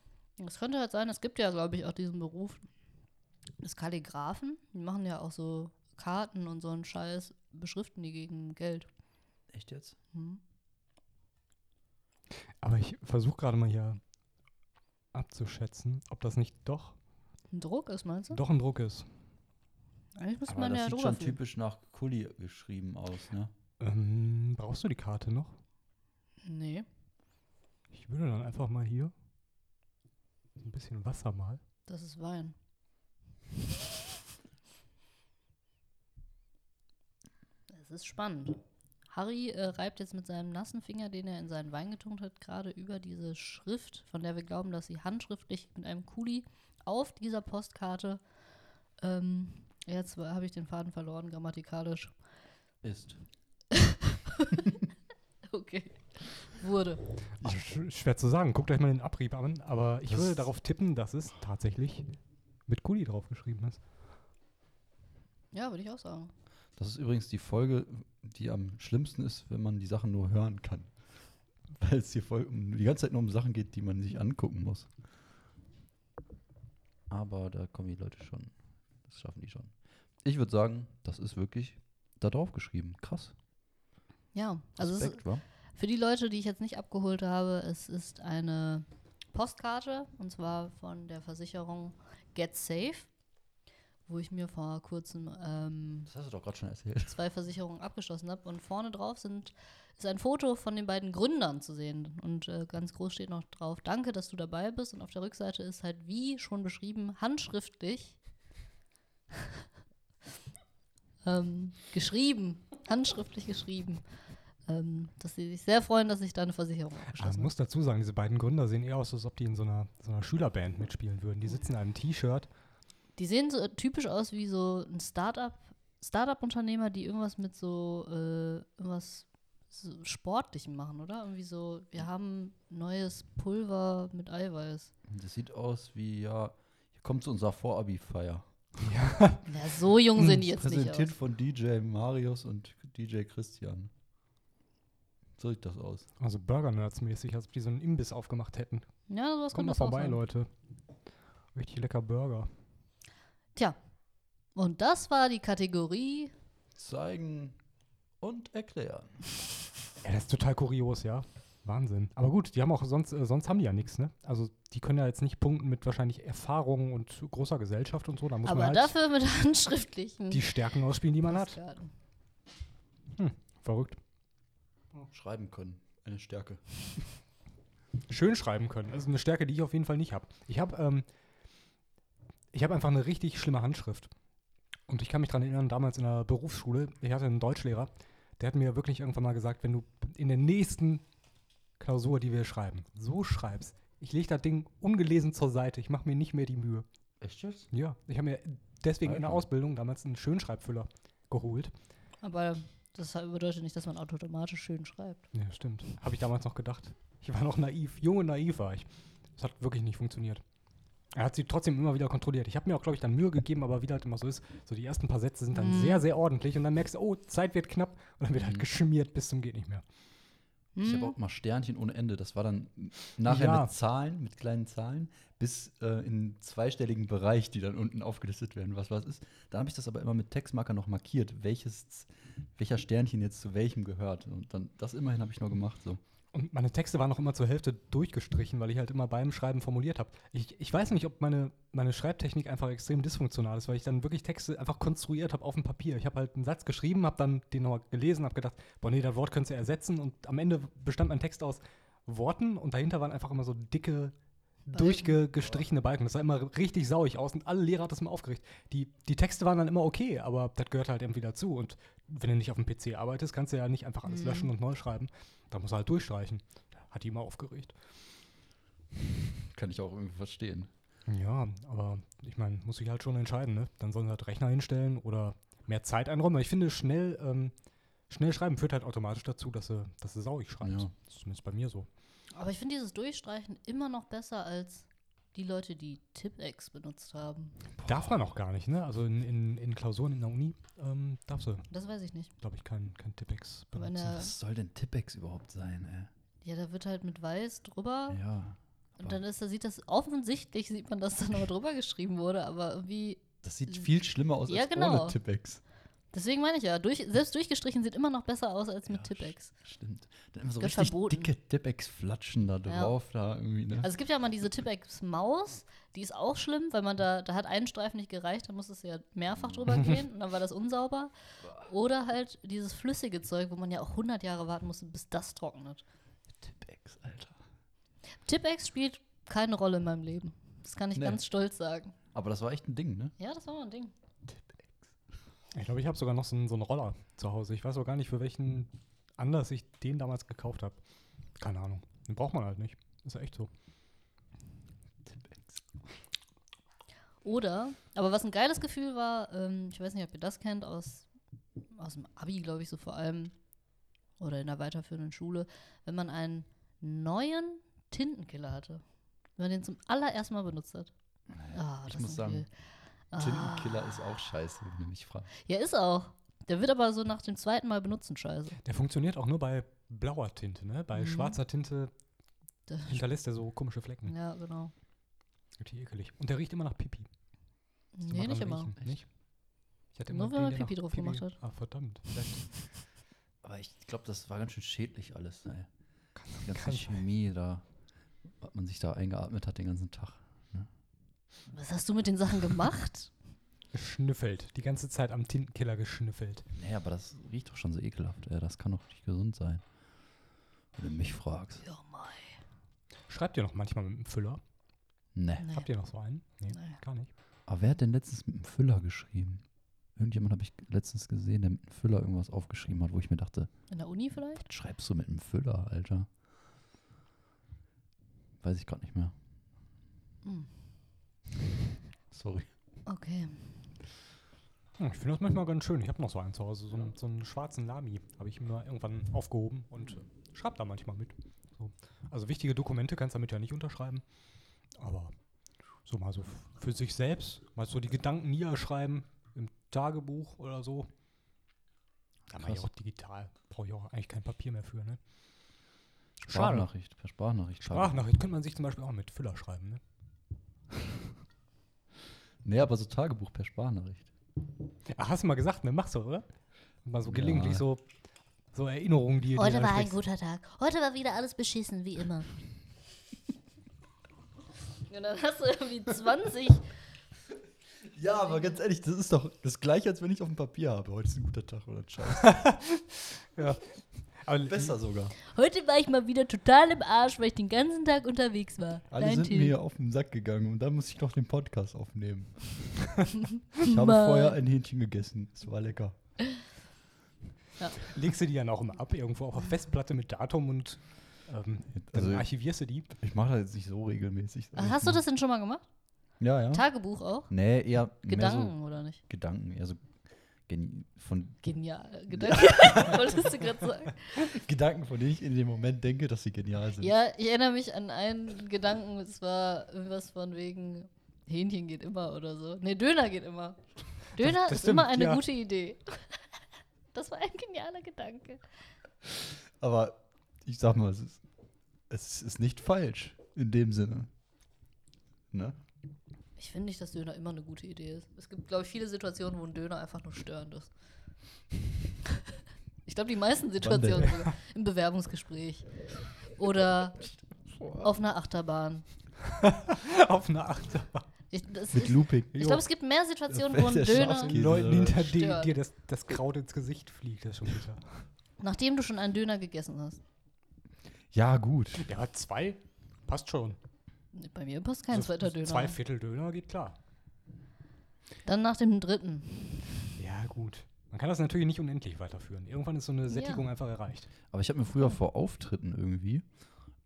Es könnte halt sein, es gibt ja, glaube ich, auch diesen Beruf des Kalligraphen. Die machen ja auch so Karten und so einen Scheiß, beschriften die gegen Geld.
Echt jetzt?
Hm.
Aber ich versuche gerade mal hier abzuschätzen, ob das nicht doch,
Ein Druck ist, meinst du?
doch ein Druck ist.
Eigentlich müsste
Aber
man
das
ja
sieht
drüber
schon
fühlen.
typisch nach Kuli geschrieben aus, ne?
Ähm, brauchst du die Karte noch?
Nee,
Ich würde dann einfach mal hier ein bisschen Wasser mal.
das ist Wein. Das ist spannend. Harry äh, reibt jetzt mit seinem nassen Finger, den er in seinen Wein getunkt hat, gerade über diese Schrift, von der wir glauben, dass sie handschriftlich mit einem Kuli auf dieser Postkarte. Ähm, jetzt wa- habe ich den Faden verloren, grammatikalisch.
Ist.
Okay. Wurde.
Ah, sch schwer zu sagen, guckt euch mal den Abrieb an, aber ich
Das-
würde darauf tippen, dass es tatsächlich mit Kuli draufgeschrieben ist.
Ja, würde ich auch sagen.
Das ist übrigens die Folge, die am schlimmsten ist, wenn man die Sachen nur hören kann. Weil es hier voll um, die ganze Zeit nur um Sachen geht, die man sich angucken muss. Aber da kommen die Leute schon. Das schaffen die schon. Ich würde sagen, das ist wirklich da drauf geschrieben. Krass.
Ja, also es ist
Respekt, wa?
Für die Leute, die ich jetzt nicht abgeholt habe, es ist eine Postkarte und zwar von der Versicherung Get Safe, wo ich mir vor kurzem ähm,
Das hast du doch gerade schon erzählt.
zwei Versicherungen abgeschlossen habe. Und vorne drauf sind, ist ein Foto von den beiden Gründern zu sehen. Und äh, ganz groß steht noch drauf, danke, dass du dabei bist. Und auf der Rückseite ist halt, wie schon beschrieben, handschriftlich ähm, geschrieben, handschriftlich geschrieben, ähm, dass sie sich sehr freuen, dass ich da eine Versicherung
Also
abgeschlossen
man
habe.
muss dazu sagen, diese beiden Gründer sehen eher aus, als ob die in so einer, so einer Schülerband mitspielen würden. Die sitzen in einem T-Shirt.
Die sehen so typisch aus wie so ein Startup, Startup-Unternehmer, die irgendwas mit so äh, irgendwas so Sportlichem machen, oder? Irgendwie so, wir haben neues Pulver mit Eiweiß.
Das sieht aus wie, ja, hier kommt zu unserer Vorabi-Feier.
Ja, so
Hm,
jung sind die jetzt nicht
Präsentiert
aus.
von DJ Marius und DJ Christian. So sieht das aus.
Also Burger-Nerds-mäßig, als ob die so einen Imbiss aufgemacht hätten.
Ja, sowas
Kommt
kommt
mal
das auch
vorbei,
sein.
Leute. Richtig lecker Burger.
Tja, und das war die Kategorie.
Zeigen und erklären.
Ja, das ist total kurios, ja. Wahnsinn. Aber gut, die haben auch sonst, äh, sonst haben die ja nichts, ne? Also die können ja jetzt nicht punkten mit wahrscheinlich Erfahrungen und großer Gesellschaft und so. Da muss
aber
man halt
dafür mit handschriftlichen
die Stärken ausspielen, die man hat.
Postkarten.
Verrückt.
Oh.
Schreiben können. Eine Stärke.
Schön schreiben können. Das ist eine Stärke, die ich auf jeden Fall nicht habe. Ich habe ähm, ich habe einfach eine richtig schlimme Handschrift. Und ich kann mich daran erinnern, damals in der Berufsschule, ich hatte einen Deutschlehrer, der hat mir wirklich irgendwann mal gesagt, wenn du in der nächsten Klausur, die wir schreiben, so schreibst, ich lege das Ding ungelesen zur Seite, ich mache mir nicht mehr die Mühe.
Echt jetzt?
Ja, ich habe mir deswegen in der
Alter.
Ausbildung damals einen Schönschreibfüller geholt.
Aber das bedeutet nicht, dass man automatisch schön schreibt.
Ja, stimmt. Habe ich damals noch gedacht. Ich war noch naiv, jung und naiv war ich. Das hat wirklich nicht funktioniert. Er hat sie trotzdem immer wieder kontrolliert. Ich habe mir auch, glaube ich, dann Mühe gegeben, aber wie das immer so ist, so die ersten paar Sätze sind dann
Mhm.
sehr, sehr ordentlich und dann merkst du, oh, Zeit wird knapp und dann wird halt
Mhm.
geschmiert bis zum geht nicht mehr.
Ich
Hm?
habe auch mal Sternchen ohne Ende. Das war dann nachher
Ja.
mit Zahlen, mit kleinen Zahlen, bis äh, in einen zweistelligen Bereich, die dann unten aufgelistet werden, was was ist. Da habe ich das aber immer mit Textmarker noch markiert, welches, Z- welcher Sternchen jetzt zu welchem gehört. Und dann das immerhin habe ich noch gemacht. So.
Und meine Texte waren auch immer zur Hälfte durchgestrichen, weil ich halt immer beim Schreiben formuliert habe. Ich, ich weiß nicht, ob meine, meine Schreibtechnik einfach extrem dysfunktional ist, weil ich dann wirklich Texte einfach konstruiert habe auf dem Papier. Ich habe halt einen Satz geschrieben, habe dann den nochmal gelesen, habe gedacht, boah, nee, das Wort könntest du ersetzen. Und am Ende bestand mein Text aus Worten und dahinter waren einfach immer so dicke, durchgestrichene Balken. Das sah immer richtig sauig aus und alle Lehrer hat das immer aufgeregt. Die, die Texte waren dann immer okay, aber das gehört halt irgendwie dazu. Und wenn du nicht auf dem PC arbeitest, kannst du ja nicht einfach alles
Mhm.
löschen und neu schreiben. Da musst du halt durchstreichen. Hat die immer aufgeregt.
Kann ich auch irgendwie verstehen.
Ja, aber ich meine, muss ich halt schon entscheiden, ne? Dann sollen sie halt Rechner hinstellen oder mehr Zeit einräumen. Weil ich finde, schnell, ähm, schnell schreiben führt halt automatisch dazu, dass du, dass du sauig schreibst.
Ja.
Das ist zumindest bei mir so.
Aber ich finde dieses Durchstreichen immer noch besser als die Leute, die Tipex benutzt haben.
Darf man auch gar nicht, ne? Also in, in, in Klausuren in der Uni ähm, darfst du,
Das weiß ich nicht.
glaube ich, kein, kein Tippex
Aber in
benutzen.
der-
Was soll denn Tippex überhaupt sein?
Ja, da wird halt mit weiß drüber.
Ey? Ja.
Und dann ist da sieht das offensichtlich sieht man, dass da nochmal drüber geschrieben wurde, aber irgendwie
Das sieht viel schlimmer aus
Äh. Ja,
als
genau.
ohne Tippex.
deswegen meine ich ja, durch, selbst durchgestrichen sieht immer noch besser aus als mit
Ja,
Tippex.
st- Stimmt. Dann immer so
Gehört
richtig
verboten.
dicke Tippex-Flatschen da
Ja.
drauf. Da irgendwie, ne?
Also es gibt ja mal diese Tippex Maus, die ist auch schlimm, weil man da da hat ein Streifen nicht gereicht, da musstest du ja mehrfach drüber gehen und dann war das unsauber. Oder halt dieses flüssige Zeug, wo man ja auch 100 Jahre warten musste, bis das trocknet.
Tippex, Alter.
Tippex spielt keine Rolle in meinem Leben. Das kann ich
Nee.
ganz stolz sagen.
Aber das war echt ein Ding, ne?
Ja, das war mal ein Ding.
Ich glaube, ich habe sogar noch so einen, so einen Roller zu Hause. Ich weiß auch gar nicht, für welchen anders ich den damals gekauft habe. Keine Ahnung. Den braucht man halt nicht. Ist ja echt so.
Oder, aber was ein geiles Gefühl war, ähm, ich weiß nicht, ob ihr das kennt, aus, aus dem Abi, glaube ich, so vor allem, oder in der weiterführenden Schule, wenn man einen neuen Tintenkiller hatte. Wenn man den zum allerersten Mal benutzt hat. Ah,
ich
das
muss
ist
sagen,
geil. Ah.
Tintenkiller ist auch scheiße, wenn du mich fragst.
Ja, ist auch. Der wird aber so nach dem zweiten Mal benutzen, scheiße.
Der funktioniert auch nur bei blauer Tinte, ne? Bei
Mhm.
schwarzer Tinte
Das-
hinterlässt er so komische Flecken.
Ja, genau.
Richtig ekelig. Und der riecht immer nach Pipi. Musst du
Nee,
mal
nicht
dran
immer.
riechen, Nicht? Ich hatte
Nur wenn man
der nach
Pipi drauf gemacht hat.
Ah, verdammt. Vielleicht
Aber ich glaube, das war ganz schön schädlich alles. Ey. ne? Die ganze
kann-
Chemie da. was man sich da eingeatmet hat den ganzen Tag.
Was hast du mit den Sachen gemacht?
Geschnüffelt. Die ganze Zeit am Tintenkiller geschnüffelt.
Naja, aber das riecht doch schon so ekelhaft. Äh, das kann doch nicht gesund sein. Wenn du mich fragst.
ja, Mai.
Schreibt ihr noch manchmal mit dem Füller?
Ne.
Nee.
Habt ihr noch so einen? Nee,
Nee.
gar nicht.
Aber wer hat denn letztens mit einem Füller geschrieben? Irgendjemand habe ich letztens gesehen, der mit einem Füller irgendwas aufgeschrieben hat, wo ich mir dachte,
In der Uni vielleicht?
was schreibst du mit einem Füller, Alter? Weiß ich gerade nicht mehr.
Hm.
Sorry.
Okay.
Hm, Ich finde das manchmal ganz schön. Ich habe noch so einen zu Hause, so einen, so einen schwarzen Lami. Habe ich mir irgendwann aufgehoben und schreibe da manchmal mit. So. Also wichtige Dokumente kannst du damit ja nicht unterschreiben. Aber so mal so f- für sich selbst, mal so die Gedanken niederschreiben im Tagebuch oder so. Da mache ich
Krass.
auch digital. Brauche ich auch eigentlich kein Papier mehr für. Ne? Schade.
Sprachnachricht. Per Sprachnachricht. schade.
Sprachnachricht könnte man sich zum Beispiel auch mit Füller schreiben. Ne?
Nee, aber so Tagebuch per Sprachnachricht.
Ach, hast du mal gesagt, ne? Machst du, oder? Mal so gelegentlich
Ja.
so, so Erinnerungen, die die
Heute war ein
ansprichst.
guter Tag. Heute war wieder alles beschissen, wie immer. Und dann hast du irgendwie 20.
Ja, aber ganz ehrlich, das ist doch das gleiche, als wenn ich auf dem Papier habe. Heute ist ein guter Tag oder ein Scheiß.
Ja. Aber
Besser sogar.
Heute war ich mal wieder total im Arsch, weil ich den ganzen Tag unterwegs war.
Alle
Dein
sind
Till.
mir auf den Sack gegangen und dann muss ich noch den Podcast aufnehmen. ich habe
Mann.
vorher ein Hähnchen gegessen. Es war lecker.
legst du die dann auch immer ab, irgendwo auf der Festplatte mit Datum und ähm, dann
Also-
archivierst du die.
Ich mache das jetzt nicht so regelmäßig.
Ach, Hast du das denn schon mal gemacht?
Ja, ja.
Tagebuch auch?
nee, eher Mehr
Gedanken,
so
oder nicht?
Gedanken, eher so Geni- von
Genial. Gedanken. Wolltest du gerade sagen?
Gedanken, von denen ich in dem Moment denke, dass sie genial sind.
Ja, ich erinnere mich an einen Gedanken, es war irgendwas von wegen Hähnchen geht immer oder so. Nee, Döner geht immer. Döner
Das- das
ist immer
stimmt,
eine
ja.
gute Idee. Das war ein genialer Gedanke.
Aber ich sag mal, es ist, es ist nicht falsch in dem Sinne. Ne?
Ich finde nicht, dass Döner immer eine gute Idee ist. Es gibt, glaube ich, viele Situationen, wo ein Döner einfach nur störend ist. Ich glaube, die meisten Situationen sogar. Im Bewerbungsgespräch. Oder auf einer Achterbahn.
auf einer Achterbahn.
Ich, das
Mit
ist-
Looping.
ich glaube, es gibt mehr Situationen, wo ein
Der
Döner.
Schafskäse.
Den Leuten hinter denen
Stört.
dir das, das Kraut ins Gesicht fliegt, das ist schon bitter.
Nachdem du schon einen Döner gegessen hast.
ja, gut.
Ja, zwei passt schon.
Bei mir passt kein
So-
zweiter
so
Döner.
Zwei Viertel Döner geht klar.
Dann nach dem dritten.
Ja, gut. Man kann das natürlich nicht unendlich weiterführen. Irgendwann ist so eine Sättigung einfach erreicht.
Aber ich habe mir früher vor Auftritten irgendwie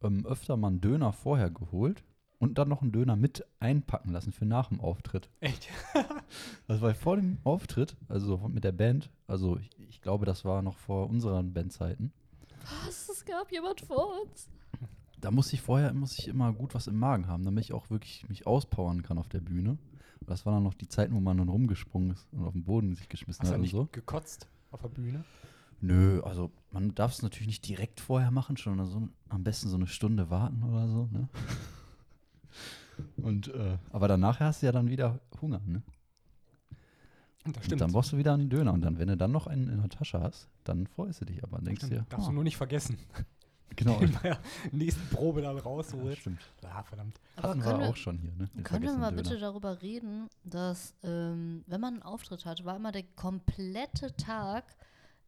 ähm, öfter mal einen Döner vorher geholt und dann noch einen Döner mit einpacken lassen für nach dem Auftritt.
Echt?
Also weil vor dem Auftritt, also mit der Band, also ich, ich glaube, das war noch vor unseren Bandzeiten,
Was? Es gab jemand vor uns.
da muss ich vorher muss ich immer gut was im Magen haben, damit ich auch wirklich mich auspowern kann auf der Bühne. Und das waren dann noch die Zeiten, wo man dann rumgesprungen ist und auf den Boden sich geschmissen
Hast du
hat und
nicht
so.
gekotzt auf der Bühne?
Nö, also man darf es natürlich nicht direkt vorher machen, schon so, am besten so eine Stunde warten oder so. Ne? Und, äh, aber danach hast du ja dann wieder Hunger, ne?
Das
Und
stimmt.
dann brauchst du wieder einen Döner. Und dann, wenn du dann noch einen in der Tasche hast, dann freust du dich aber. Dann denkst du
Stimmt.
dir,
Darfst
ah,
du Oh. nur nicht vergessen.
genau.
In der nächsten Probe dann
Ja,
rausholst.
stimmt.
Ja, Ah, verdammt.
Aber
Hatten
können
wir
wir-
auch schon hier, ne? Den
Können wir mal
vergessenen
bitte
Döner.
darüber reden, dass, ähm, wenn man einen Auftritt hat, war immer der komplette Tag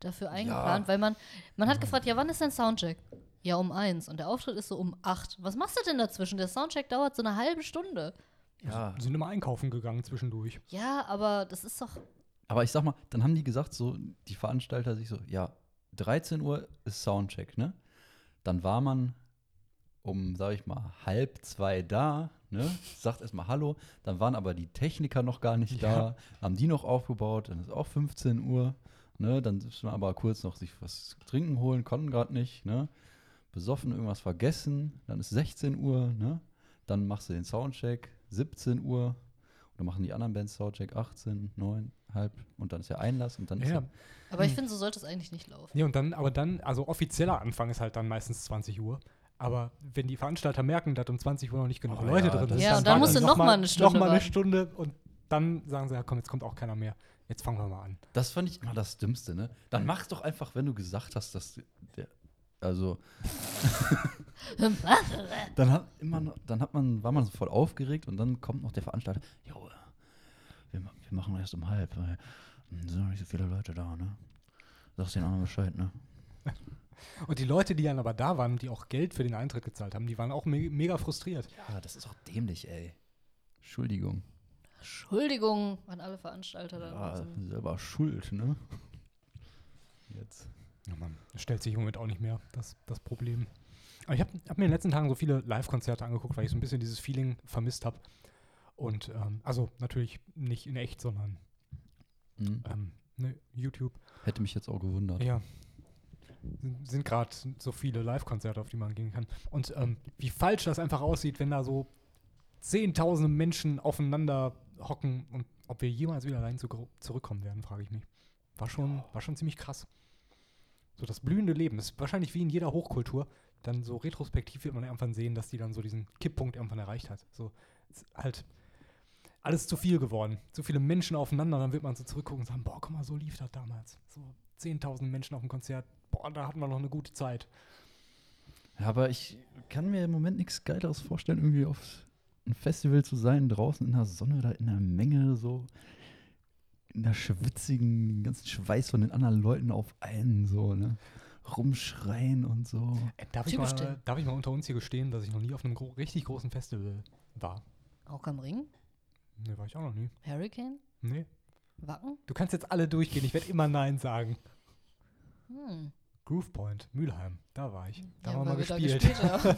dafür eingeplant, weil man, man hat gefragt, ja, wann ist denn Soundcheck? Ja, um eins. Und der Auftritt ist so um acht. Was machst du denn dazwischen? Der Soundcheck dauert so eine halbe Stunde.
Ja.
Sind immer einkaufen gegangen zwischendurch.
Ja, aber das ist doch.
Aber ich sag mal, dann haben die gesagt, so, die Veranstalter sich so, ja, 13 Uhr ist Soundcheck, ne? Dann war man um, sag ich mal, halb zwei da, ne? Sagt erstmal Hallo. Dann waren aber die Techniker noch gar nicht
Ja.
da, haben die noch aufgebaut, dann ist auch 15 Uhr, ne? Dann ist man aber kurz noch sich was zu trinken holen, konnten gerade nicht, ne? Besoffen, irgendwas vergessen, dann ist 16 Uhr, ne? Dann machst du den Soundcheck, 17 Uhr, und dann machen die anderen Bands Soundcheck 18, 9, halb und dann ist ja Einlass und dann ist
Ja.
ja.
Aber
Hm.
ich finde, so sollte es eigentlich nicht laufen.
Nee, und dann, aber dann, also offizieller Anfang ist halt dann meistens 20 Uhr. Aber wenn die Veranstalter merken, dass um 20 Uhr noch nicht genug
Oh
Leute
ja,
drin
das-
sind,
Ja, und dann
warten
musst
die
du
noch mal eine Stunde
Noch mal eine
warten.
Stunde und dann sagen sie, ja komm, jetzt kommt auch keiner mehr. Jetzt fangen wir mal an.
Das fand ich immer das Dümmste, ne? Dann mach's doch einfach, wenn du gesagt hast, dass der Also dann hat immer noch, dann hat man, war man so voll aufgeregt und dann kommt noch der Veranstalter, jo, wir, ma- wir machen erst um halb, weil dann sind noch nicht so viele Leute da, ne? Sagst den anderen Bescheid, ne?
Und die Leute, die dann aber da waren, die auch Geld für den Eintritt gezahlt haben, die waren auch me mega frustriert.
Ja, das ist auch dämlich, ey. Entschuldigung.
Entschuldigung an alle Veranstalter da.
Ja,
draußen.
Ah, selber schuld, ne? Jetzt.
Ja, Mann. Das stellt sich im Moment auch nicht mehr, das, das Problem. Aber ich habe hab mir in den letzten Tagen so viele Live-Konzerte angeguckt, weil ich so ein bisschen dieses Feeling vermisst habe. Und, ähm, also natürlich nicht in echt, sondern
Hm.
ähm, ne, YouTube.
Hätte mich jetzt auch gewundert.
Ja. Sind- Sind gerade so viele Live-Konzerte, auf die man gehen kann. Und ähm, wie falsch das einfach aussieht, wenn da so zehntausende Menschen aufeinander hocken und ob wir jemals wieder allein zu, zurückkommen werden, frage ich mich. War schon, war schon ziemlich krass. So das blühende Leben ist wahrscheinlich wie in jeder Hochkultur. Dann so retrospektiv wird man irgendwann sehen, dass die dann so diesen Kipppunkt irgendwann erreicht hat. So ist halt alles zu viel geworden. Zu viele Menschen aufeinander, dann wird man so zurückgucken und sagen, boah, guck mal, so lief das damals. So 10.000 Menschen auf dem Konzert, boah, da hatten wir noch eine gute Zeit.
Ja, Aber ich kann mir im Moment nichts Geileres vorstellen, irgendwie auf einem Festival zu sein, draußen in der Sonne, da in der Menge, so in der schwitzigen, den ganzen Schweiß von den anderen Leuten auf einen, so, ne? Rumschreien und so.
Äh, darf, ich
Typisch
mal,
Tim.
darf ich mal unter uns hier gestehen, dass ich noch nie auf einem gro richtig großen Festival war?
Auch am Ring?
Nee, war ich auch noch nie.
Hurricane?
Nee.
Wacken?
Du kannst jetzt alle durchgehen, ich werde immer Nein sagen.
Hm.
Groove Point, Mülheim, da war ich. Da
Ja,
haben wir mal
weil wir da
gespielt.
gespielt haben.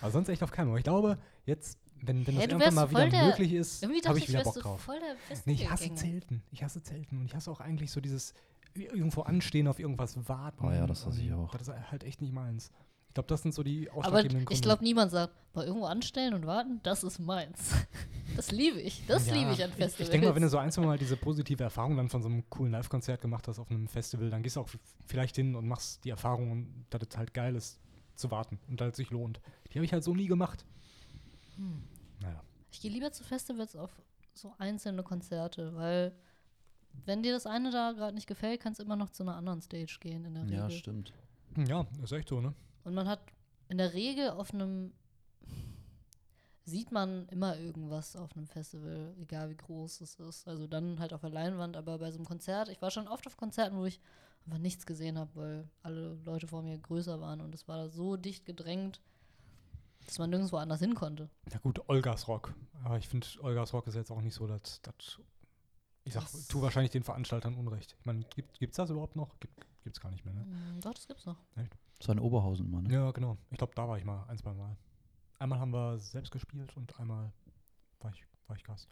Aber sonst echt auf keinem. Aber ich glaube, jetzt, wenn, wenn das
Ja, du
irgendwann mal
wärst voll
wieder
der-
möglich ist,
Irgendwie
habe
dachte
ich
ich,
wieder
wärst
Bock
du
drauf.
voll der
Nee, ich hasse
Festivalgänger.
Zelten. Ich hasse Zelten. Und ich hasse auch eigentlich so dieses irgendwo anstehen, auf irgendwas warten.
Oh ja, das hasse ich
Und
auch.
Das ist halt echt nicht meins. Ich glaube, das sind so die
Aber
ausschlaggebenden
ich glaube, niemand sagt, mal irgendwo anstellen und warten, das ist meins. Das liebe ich. Das
Ja,
liebe ich an
ich-
Festivals.
Ich denke mal, wenn du so ein, zwei Mal diese positive Erfahrung dann von so einem coolen Live-Konzert gemacht hast auf einem Festival, dann gehst du auch f- vielleicht hin und machst die Erfahrung, und dass es halt geil ist, zu warten und dass es sich lohnt. Die habe ich halt so nie gemacht.
Hm.
Naja.
Ich gehe lieber zu Festivals auf so einzelne Konzerte, weil wenn dir das eine da gerade nicht gefällt, kannst du immer noch zu einer anderen Stage gehen in der Regel.
stimmt.
Ja, ist echt so, ne?
Und man hat in der Regel auf einem sieht man immer irgendwas auf einem Festival, egal wie groß es ist. Also dann halt auf der Leinwand, aber bei so einem Konzert, ich war schon oft auf Konzerten, wo ich einfach nichts gesehen habe, weil alle Leute vor mir größer waren und es war so dicht gedrängt, dass man nirgendwo anders hin konnte.
Na gut, Olgas Rock. Aber ich finde, Olgas Rock ist jetzt auch nicht so, dass. dass- Ich sag,
Das-
tu wahrscheinlich den Veranstaltern Unrecht. Ich meine, gibt, gibt's das überhaupt noch? Gibt, gibt's gar nicht mehr, ne?
Mm, Doch, das gibt's noch.
So ein Oberhausen, ne? Mann.
Ja, genau. Ich glaube, da war ich mal ein, zwei Mal. Einmal haben wir selbst gespielt und einmal war ich, war ich Gast.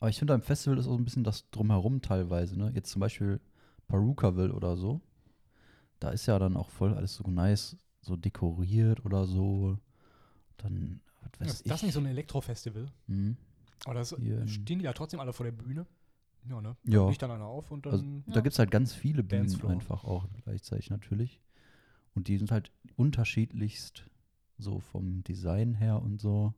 Aber ich finde, am Festival ist auch so ein bisschen das Drumherum teilweise. Ne? Jetzt zum Beispiel Perucaville oder so. Da ist ja dann auch voll alles so nice, so dekoriert oder so. Dann, was weiß
ist
ich.
das nicht so ein Elektrofestival?
Mhm.
Aber das
Hier, ähm,
stehen die ja trotzdem alle vor der Bühne. Ja, ne?
Ja.
Liegt dann einer auf und dann.
Also, Da
Ja.
gibt es halt ganz viele Bühnen
Dancefloor.
einfach auch gleichzeitig natürlich. Und die sind halt unterschiedlichst so vom Design her und so.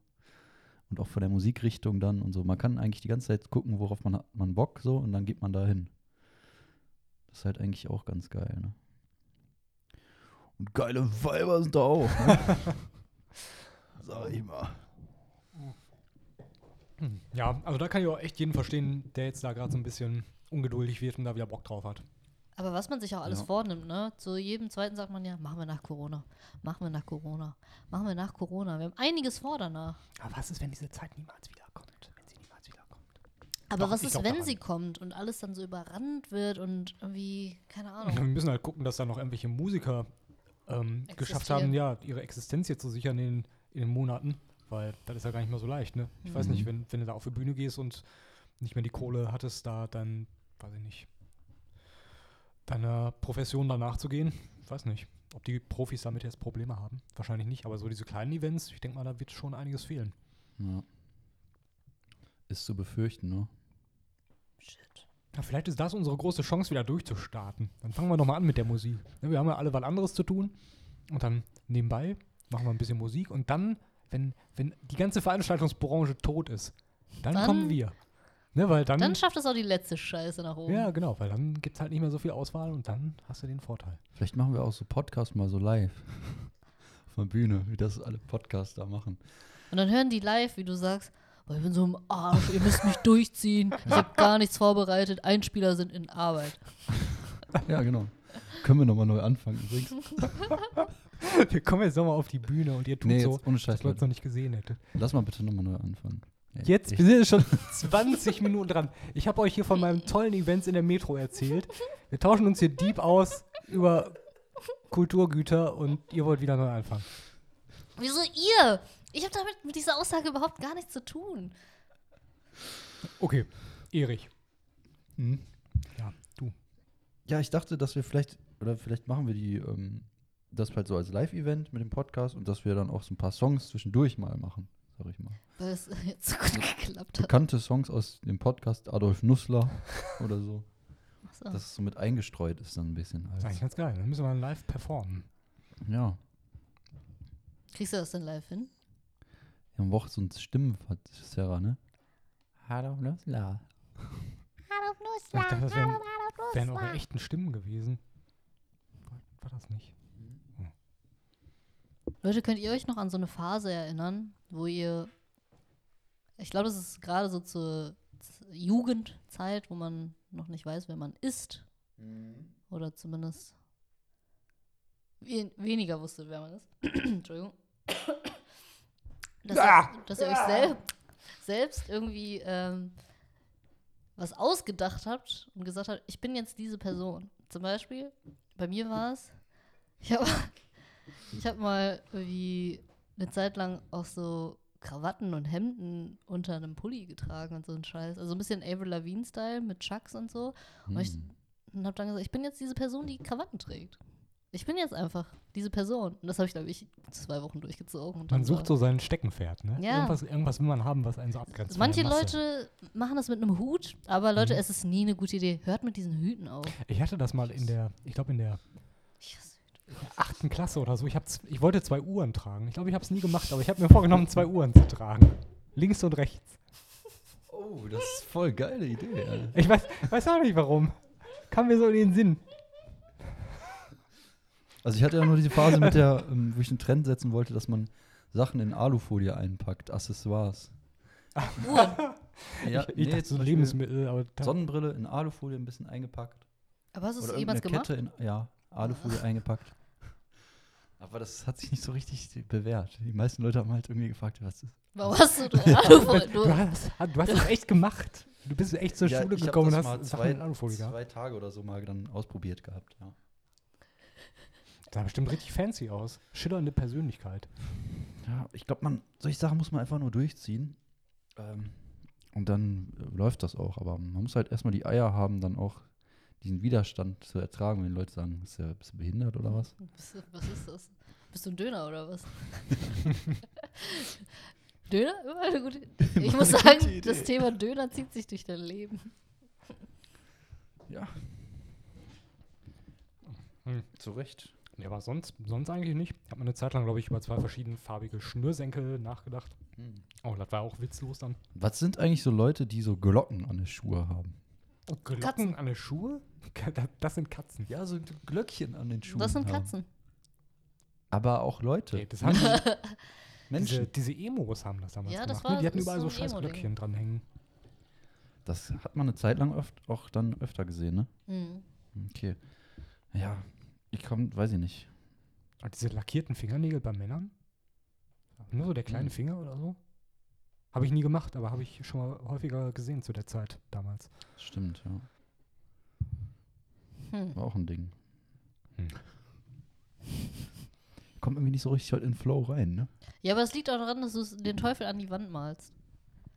Und auch von der Musikrichtung dann und so. Man kann eigentlich die ganze Zeit gucken, worauf man hat man Bock so und dann geht man da hin. Das ist halt eigentlich auch ganz geil, ne? Und geile Weiber sind da auch, ne? Sag ich mal.
Hm. ja, also da kann ich auch echt jeden verstehen, der jetzt da gerade so ein bisschen ungeduldig wird und da wieder Bock drauf hat.
Aber was man sich auch alles
Ja.
vornimmt, ne? Zu jedem zweiten sagt man ja, machen wir nach Corona, machen wir nach Corona, machen wir nach Corona. Wir haben einiges vor danach.
Aber was ist, wenn diese Zeit niemals wiederkommt? Wenn sie niemals wiederkommt?
Aber
Doch,
was
ich
ist,
glaub
wenn
daran.
sie kommt und alles dann so überrannt wird und irgendwie, keine
Wir
Ahnung.
müssen halt gucken, dass da noch irgendwelche Musiker ähm, geschafft haben,
Existieren.
ja, ihre Existenz hier zu sichern in, in den Monaten, weil das ist ja gar nicht mehr so leicht, ne? Ich weiß
Mhm.
nicht, wenn, wenn du da auf die Bühne gehst und nicht mehr die Kohle hattest, da dann, weiß ich nicht, deiner Profession danach zu gehen. Ich weiß nicht, ob die Profis damit jetzt Probleme haben. Wahrscheinlich nicht, aber so diese kleinen Events, ich denke mal, da wird schon einiges fehlen.
Ja. Ist zu befürchten, ne?
Shit.
Ja, vielleicht ist das unsere große Chance, wieder durchzustarten. Dann fangen wir nochmal an mit der Musik. Ne, Wir haben ja alle was anderes zu tun. Und dann nebenbei machen wir ein bisschen Musik. Und dann, wenn, wenn die ganze Veranstaltungsbranche tot ist, dann
Dann-
kommen wir. Ne, weil dann,
Dann schafft es auch die letzte Scheiße nach oben.
ja, genau, weil dann gibt es halt nicht mehr so viel Auswahl und dann hast du den Vorteil.
Vielleicht machen wir auch so Podcast mal so live. Auf der Bühne, wie das alle Podcaster machen.
Und dann hören die live, wie du sagst, boah, ich bin so im Arsch, ihr müsst mich durchziehen, ich habe gar nichts vorbereitet, Einspieler sind in Arbeit.
Ja, genau. Können wir nochmal neu anfangen übrigens.
Wir kommen jetzt nochmal auf die Bühne und ihr tut
Nee,
so,
jetzt ohne
dass
Scheiß,
man es noch
Leute.
nicht gesehen hätte.
Lass mal bitte nochmal neu anfangen. Ey,
Jetzt,
ich-
wir sind jetzt schon 20 Minuten dran. Ich habe euch hier von meinen tollen Events in der Metro erzählt. Wir tauschen uns hier deep aus über Kulturgüter und ihr wollt wieder neu anfangen.
Wieso ihr? Ich habe damit mit dieser Aussage überhaupt gar nichts zu tun.
Okay, Erich.
Hm?
Ja, du.
Ja, ich dachte, dass wir vielleicht, oder vielleicht machen wir die, ähm, das halt so als Live-Event mit dem Podcast und dass wir dann auch so ein paar Songs zwischendurch mal machen, sag ich mal.
Weil es jetzt so gut geklappt hat.
Bekannte Songs aus dem Podcast Adolf Nussler oder so,
Ach so.
dass es so mit eingestreut ist dann ein bisschen.
Das ist
Als,
eigentlich ganz geil. Dann müssen wir dann live performen.
ja,
Kriegst du das denn live hin?
wir haben auch so ein Stimmenverzerrer, ne? Adolf Nussler.
Ich dachte, das wären, wären eure echten Stimmen gewesen. War das nicht?
Leute, könnt ihr euch noch an so eine Phase erinnern, wo ihr, ich glaube, das ist gerade so zur Z- Jugendzeit, wo man noch nicht weiß, wer man ist. Oder zumindest wen weniger wusstet, wer man ist. Entschuldigung. Dass, ihr, dass ihr euch sel selbst irgendwie ähm, was ausgedacht habt und gesagt habt, ich bin jetzt diese Person. Zum Beispiel, bei mir war es, ich habe ich habe mal wie eine Zeit lang auch so Krawatten und Hemden unter einem Pulli getragen und so ein Scheiß. Also ein bisschen Avril Lavigne-Style mit Chucks und so.
Hm.
Und ich habe dann gesagt, ich bin jetzt diese Person, die Krawatten trägt. Ich bin jetzt einfach diese Person. Und das habe ich, glaube ich, zwei Wochen durchgezogen. Und
Man
dann
sucht
war-
so sein Steckenpferd, ne?
Ja.
Irgendwas, irgendwas will man haben, was einen so Mhm. abgrenzt. von
Manche
der Masse.
Leute machen das mit einem Hut, aber Leute, es ist nie eine gute Idee. Hört mit diesen Hüten auf.
Ich hatte das mal in der, ich glaube in der
Ich hasse Hüte.
achten Klasse oder so. Ich, hab, z- ich wollte zwei Uhren tragen. Ich glaube, ich habe es nie gemacht, aber ich habe mir vorgenommen, zwei Uhren zu tragen. Links und rechts.
Oh, das ist voll geile Idee. Alter.
Ich weiß, weiß auch nicht warum. Kam mir so in den Sinn.
Also ich hatte ja nur diese Phase mit der, ähm, wo ich einen Trend setzen wollte, dass man Sachen in Alufolie einpackt, Accessoires.
Uhren.
Ja,
ich dachte,
zum
so
Beispiel
Lebensmittel, aber da,
Sonnenbrille in Alufolie ein bisschen eingepackt.
Aber hast du
Oder
es jemals
irgendeine
gemacht?
Kette
Ah.
in, ja, Alufolie eingepackt. Aber das hat sich nicht so richtig bewährt. Die meisten Leute haben halt irgendwie gefragt, was ist.
Warum hast du eine Alufolie?
du, hast, du hast das echt gemacht. Du bist echt zur Schule gekommen und hast Sachen in Alufolie gehabt.
zwei Tage oder so mal dann ausprobiert gehabt. Ja.
Sah bestimmt richtig fancy aus. Schillernde Persönlichkeit.
Ja, ich glaube, man solche Sachen muss man einfach nur durchziehen. Ähm, und dann äh, läuft das auch. Aber man muss halt erstmal die Eier haben, dann auch diesen Widerstand zu ertragen, wenn Leute sagen, ist ja, bist du behindert oder was?
Bist du- Was ist das? Bist du ein Döner oder was? Döner? Immer eine gute Ich
Immer eine
muss
gute
sagen,
Idee.
das Thema Döner zieht sich durch dein Leben.
Ja.
Hm.
Zu Recht.
Nee, aber sonst, sonst eigentlich nicht. Ich habe mir eine Zeit lang, glaube ich, über zwei verschiedene farbige Schnürsenkel nachgedacht.
Hm.
Oh, das war auch witzlos dann.
Was sind eigentlich so Leute, die so Glocken an den Schuhe haben?
Oh, Glocken
Katzen.
an der Schuhe? Das sind Katzen.
Ja, so Glöckchen an den
Was sind Katzen?
Aber auch Leute,
Nee, das haben die, Diese,
Menschen.
diese Emos haben das damals
Ja, das
gemacht. ne?
war-
die hatten
ist
überall
so
so
ein
scheiß
Emo-Ding.
Glöckchen dranhängen.
Das hat man eine Zeit lang öft, auch dann öfter gesehen, ne?
Hm.
Okay. Ja, ich komme, weiß ich nicht.
Und diese lackierten Fingernägel bei Männern. Nur so der kleine
Hm.
Finger oder so. Habe ich nie gemacht, aber habe ich schon mal häufiger gesehen zu der Zeit damals.
Das stimmt, ja.
Hm.
War auch ein Ding.
Hm.
Kommt irgendwie nicht so richtig heute in Flow rein, ne?
Ja, aber es liegt auch daran, dass du s- den Teufel an die Wand malst.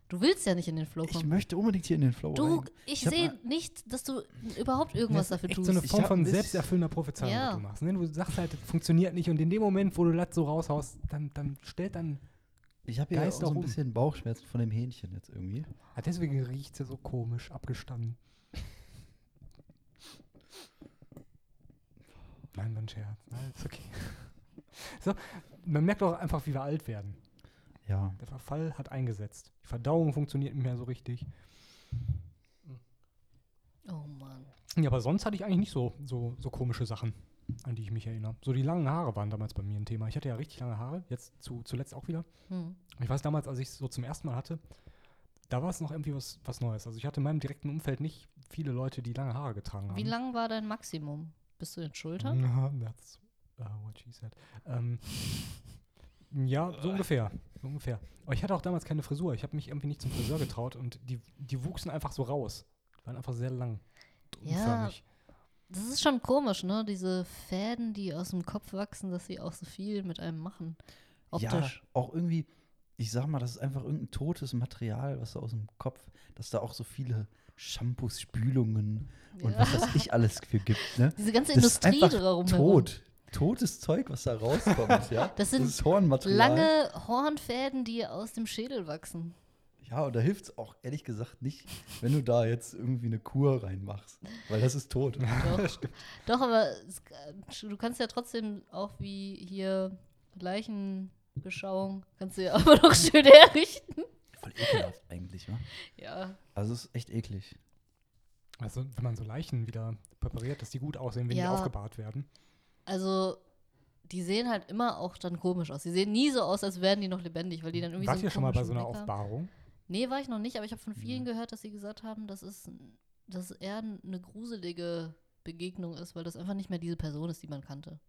Du willst ja nicht in den Flow
Ich
kommen.
möchte unbedingt hier in den Flow
Du,
rein.
ich
Ich hab
sehe
mal-
nicht, dass du überhaupt irgendwas dafür
Echt
tust.
so eine
Ich
Form
hab
von
ein bisschen-
selbsterfüllender Prophezeiung,
Ja.
was du machst. Ne? Du sagst halt, das funktioniert nicht und in dem Moment, wo du das so raushaust, dann, dann stellt dann.
Ich habe ja auch
Geist
so
auch
ein
um.
bisschen Bauchschmerzen von dem Hähnchen jetzt irgendwie.
Ah, deswegen riecht es so komisch abgestanden. Nein, war ein Scherz. Nein, ist okay. So, man merkt auch einfach, wie wir alt werden.
Ja.
Der Verfall hat eingesetzt. Die Verdauung funktioniert nicht mehr so richtig.
schon.
Ja, aber sonst hatte ich eigentlich nicht so, so, so komische Sachen, an die ich mich erinnere. So die langen Haare waren damals bei mir ein Thema. Ich hatte ja richtig lange Haare, jetzt zu, zuletzt auch wieder.
Hm.
Ich weiß damals, als ich es so zum ersten Mal hatte, da war es noch irgendwie was, was Neues. Also ich hatte in meinem direkten Umfeld nicht viele Leute, die lange Haare getragen haben.
Wie lang war dein Maximum? Bis zu den
Mhm.
Schultern?
Na, that's uh, what she said. Ähm, ja, so ungefähr. So ungefähr. Aber ich hatte auch damals keine Frisur. Ich habe mich irgendwie nicht zum Friseur getraut und die, die wuchsen einfach so raus. Die waren einfach sehr lang.
Ja,
Unförmig.
das ist schon komisch, ne? Diese Fäden, die aus dem Kopf wachsen, dass sie auch so viel mit einem machen. Optisch.
Ja, auch irgendwie, ich sag mal, das ist einfach irgendein totes Material, was da aus dem Kopf, dass da auch so viele Shampoos, Spülungen und
Ja.
was weiß ich alles für gibt. Ne?
Diese ganze
Das ist
Industrie
einfach
drumherum.
tot. Totes Zeug, was da rauskommt, ja.
Das sind
ist Hornmaterial.
Lange Hornfäden, die aus dem Schädel wachsen.
Ja, und da hilft es auch ehrlich gesagt nicht, wenn du da jetzt irgendwie eine Kur reinmachst, weil das ist tot.
Doch, Doch aber es, du kannst ja trotzdem auch wie hier Leichenbeschauung, kannst du ja aber noch schön herrichten.
Voll ekelhaft eigentlich, wa?
Ja.
Also es ist echt eklig.
Also, wenn man so Leichen wieder präpariert, dass die gut aussehen, wenn die
Ja.
aufgebahrt werden.
Also, die sehen halt immer auch dann komisch aus. Die sehen nie so aus, als wären die noch lebendig, weil die dann irgendwie
Wart
so einen
ihr schon mal bei so
komischen
einer
Blick haben.
Aufbahrung?
Nee, war ich noch nicht, aber ich habe von vielen gehört, dass sie gesagt haben, dass es, dass es eher eine gruselige Begegnung ist, weil das einfach nicht mehr diese Person ist, die man kannte.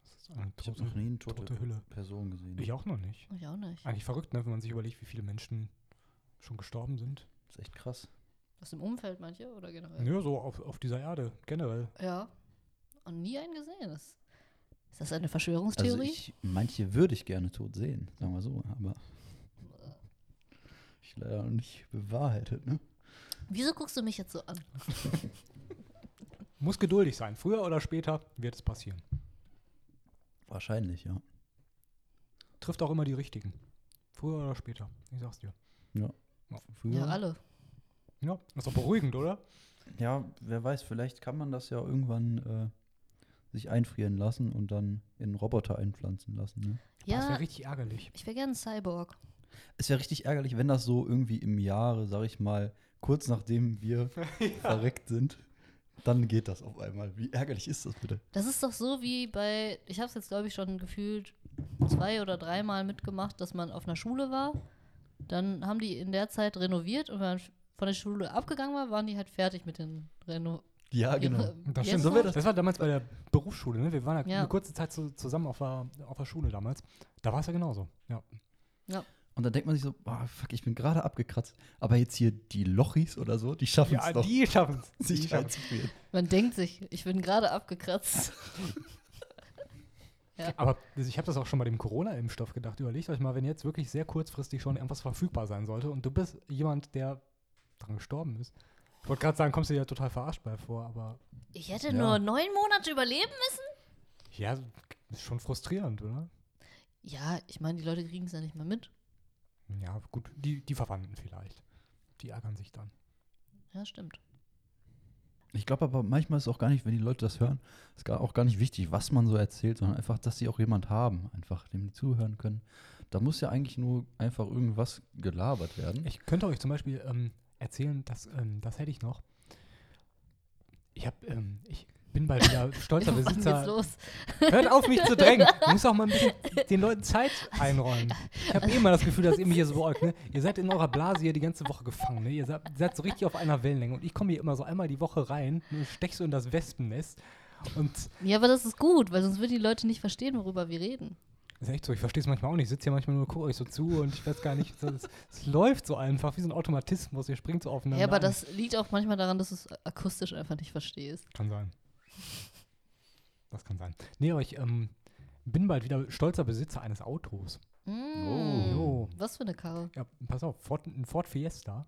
Das ist eine
Ich habe
tote-
noch nie eine
tote,
tote
Hülle.
Person gesehen.
Ich auch noch nicht.
Ich auch nicht.
Eigentlich verrückt, ne, wenn man sich überlegt, wie viele Menschen schon gestorben sind.
Das ist echt krass.
Aus dem Umfeld, manche, oder generell?
Ja, so auf, auf dieser Erde generell.
Ja. Und nie einen gesehen. Ist, ist das eine
Also
Verschwörungstheorie?
ich, manche würde ich gerne tot sehen, sagen wir so, aber ich leider noch nicht bewahrheitet, ne?
Wieso guckst du mich jetzt so an?
Muss geduldig sein. Früher oder später wird es passieren.
Wahrscheinlich, ja.
Trifft auch immer die richtigen. Früher oder später. Ich sag's dir.
Früher,
Ja,
ja,
alle.
Ja, ist doch beruhigend, oder?
wer weiß, vielleicht kann man das ja irgendwann äh, sich einfrieren lassen und dann in einen Roboter einpflanzen lassen, ne?
Boah, Das
Ja,
wäre richtig ärgerlich.
ich wäre gern Cyborg.
Es wäre richtig ärgerlich, wenn das so irgendwie im Jahre, sag ich mal, kurz nachdem wir verreckt sind, dann geht das auf einmal. Wie ärgerlich ist das bitte?
Das ist doch so wie bei, ich habe es jetzt glaube ich schon gefühlt zwei oder dreimal mitgemacht, dass man auf einer Schule war. Dann haben die in der Zeit renoviert und wenn man von der Schule abgegangen war, waren die halt fertig mit den Reno.
Ja,
Ah,
genau.
genau. Das,
Jetzt
stimmt, so
noch?
wird das. das war damals bei der Berufsschule. Ne? Wir waren ja
Ja.
eine kurze Zeit zu, zusammen auf der, auf der Schule damals. Da war es ja genauso. Ja.
Und dann denkt man sich so, ah, fuck, ich bin gerade abgekratzt. Aber jetzt hier die Lochis oder so, die schaffen es
ja,
doch,
die schaffen es.
sich einzufrieren.
Man denkt sich, ich bin gerade abgekratzt.
Aber ich habe das auch schon bei dem Corona-Impfstoff gedacht. Überlegt euch mal, wenn jetzt wirklich sehr kurzfristig schon irgendwas verfügbar sein sollte und du bist jemand, der dran gestorben ist. Ich wollte gerade sagen, kommst du dir ja total verarscht bei vor, aber
Ich hätte
Ja.
nur neun Monate überleben müssen.
ja, ist schon frustrierend, oder?
Ja, ich meine, die Leute kriegen es ja nicht mehr mit.
Ja, gut, die, die Verwandten vielleicht. Die ärgern sich dann.
Ja, stimmt.
Ich glaube aber manchmal ist es auch gar nicht, wenn die Leute das hören, ist gar, auch gar nicht wichtig, was man so erzählt, sondern einfach, dass sie auch jemand haben, einfach, dem die zuhören können. Da muss ja eigentlich nur einfach irgendwas gelabert werden.
Ich könnte euch zum Beispiel ähm, erzählen, dass, ähm, das hätte ich noch. Ich hab, ähm, ich bin bald wieder stolzer
Wir fangen jetzt
Besitzer.
los.
Hört auf, mich zu drängen. Du musst auch mal ein bisschen den Leuten Zeit einräumen. Ich habe eh immer das Gefühl, dass ihr mich hier so beäugt. Ne? Ihr seid in eurer Blase hier die ganze Woche gefangen. Ne? Ihr seid, seid so richtig auf einer Wellenlänge. Und ich komme hier immer so einmal die Woche rein, ne, stech so in das Wespennest. Und
Ja, aber das ist gut, weil sonst würden die Leute nicht verstehen, worüber wir reden.
ist echt so, ich verstehe es manchmal auch nicht. Ich sitze hier manchmal nur, gucke euch so zu und ich weiß gar nicht. so, Es es läuft so einfach, wie so ein Automatismus. Ihr springt so aufeinander.
ja, aber
an.
das liegt auch manchmal daran, dass du es akustisch einfach nicht verstehst.
Kann sein. Das kann sein. Nee, aber ich ähm, bin bald wieder stolzer Besitzer eines Autos.
Mm.
Jo.
Was für eine Karre.
Ja, pass auf, Ford, ein Ford Fiesta,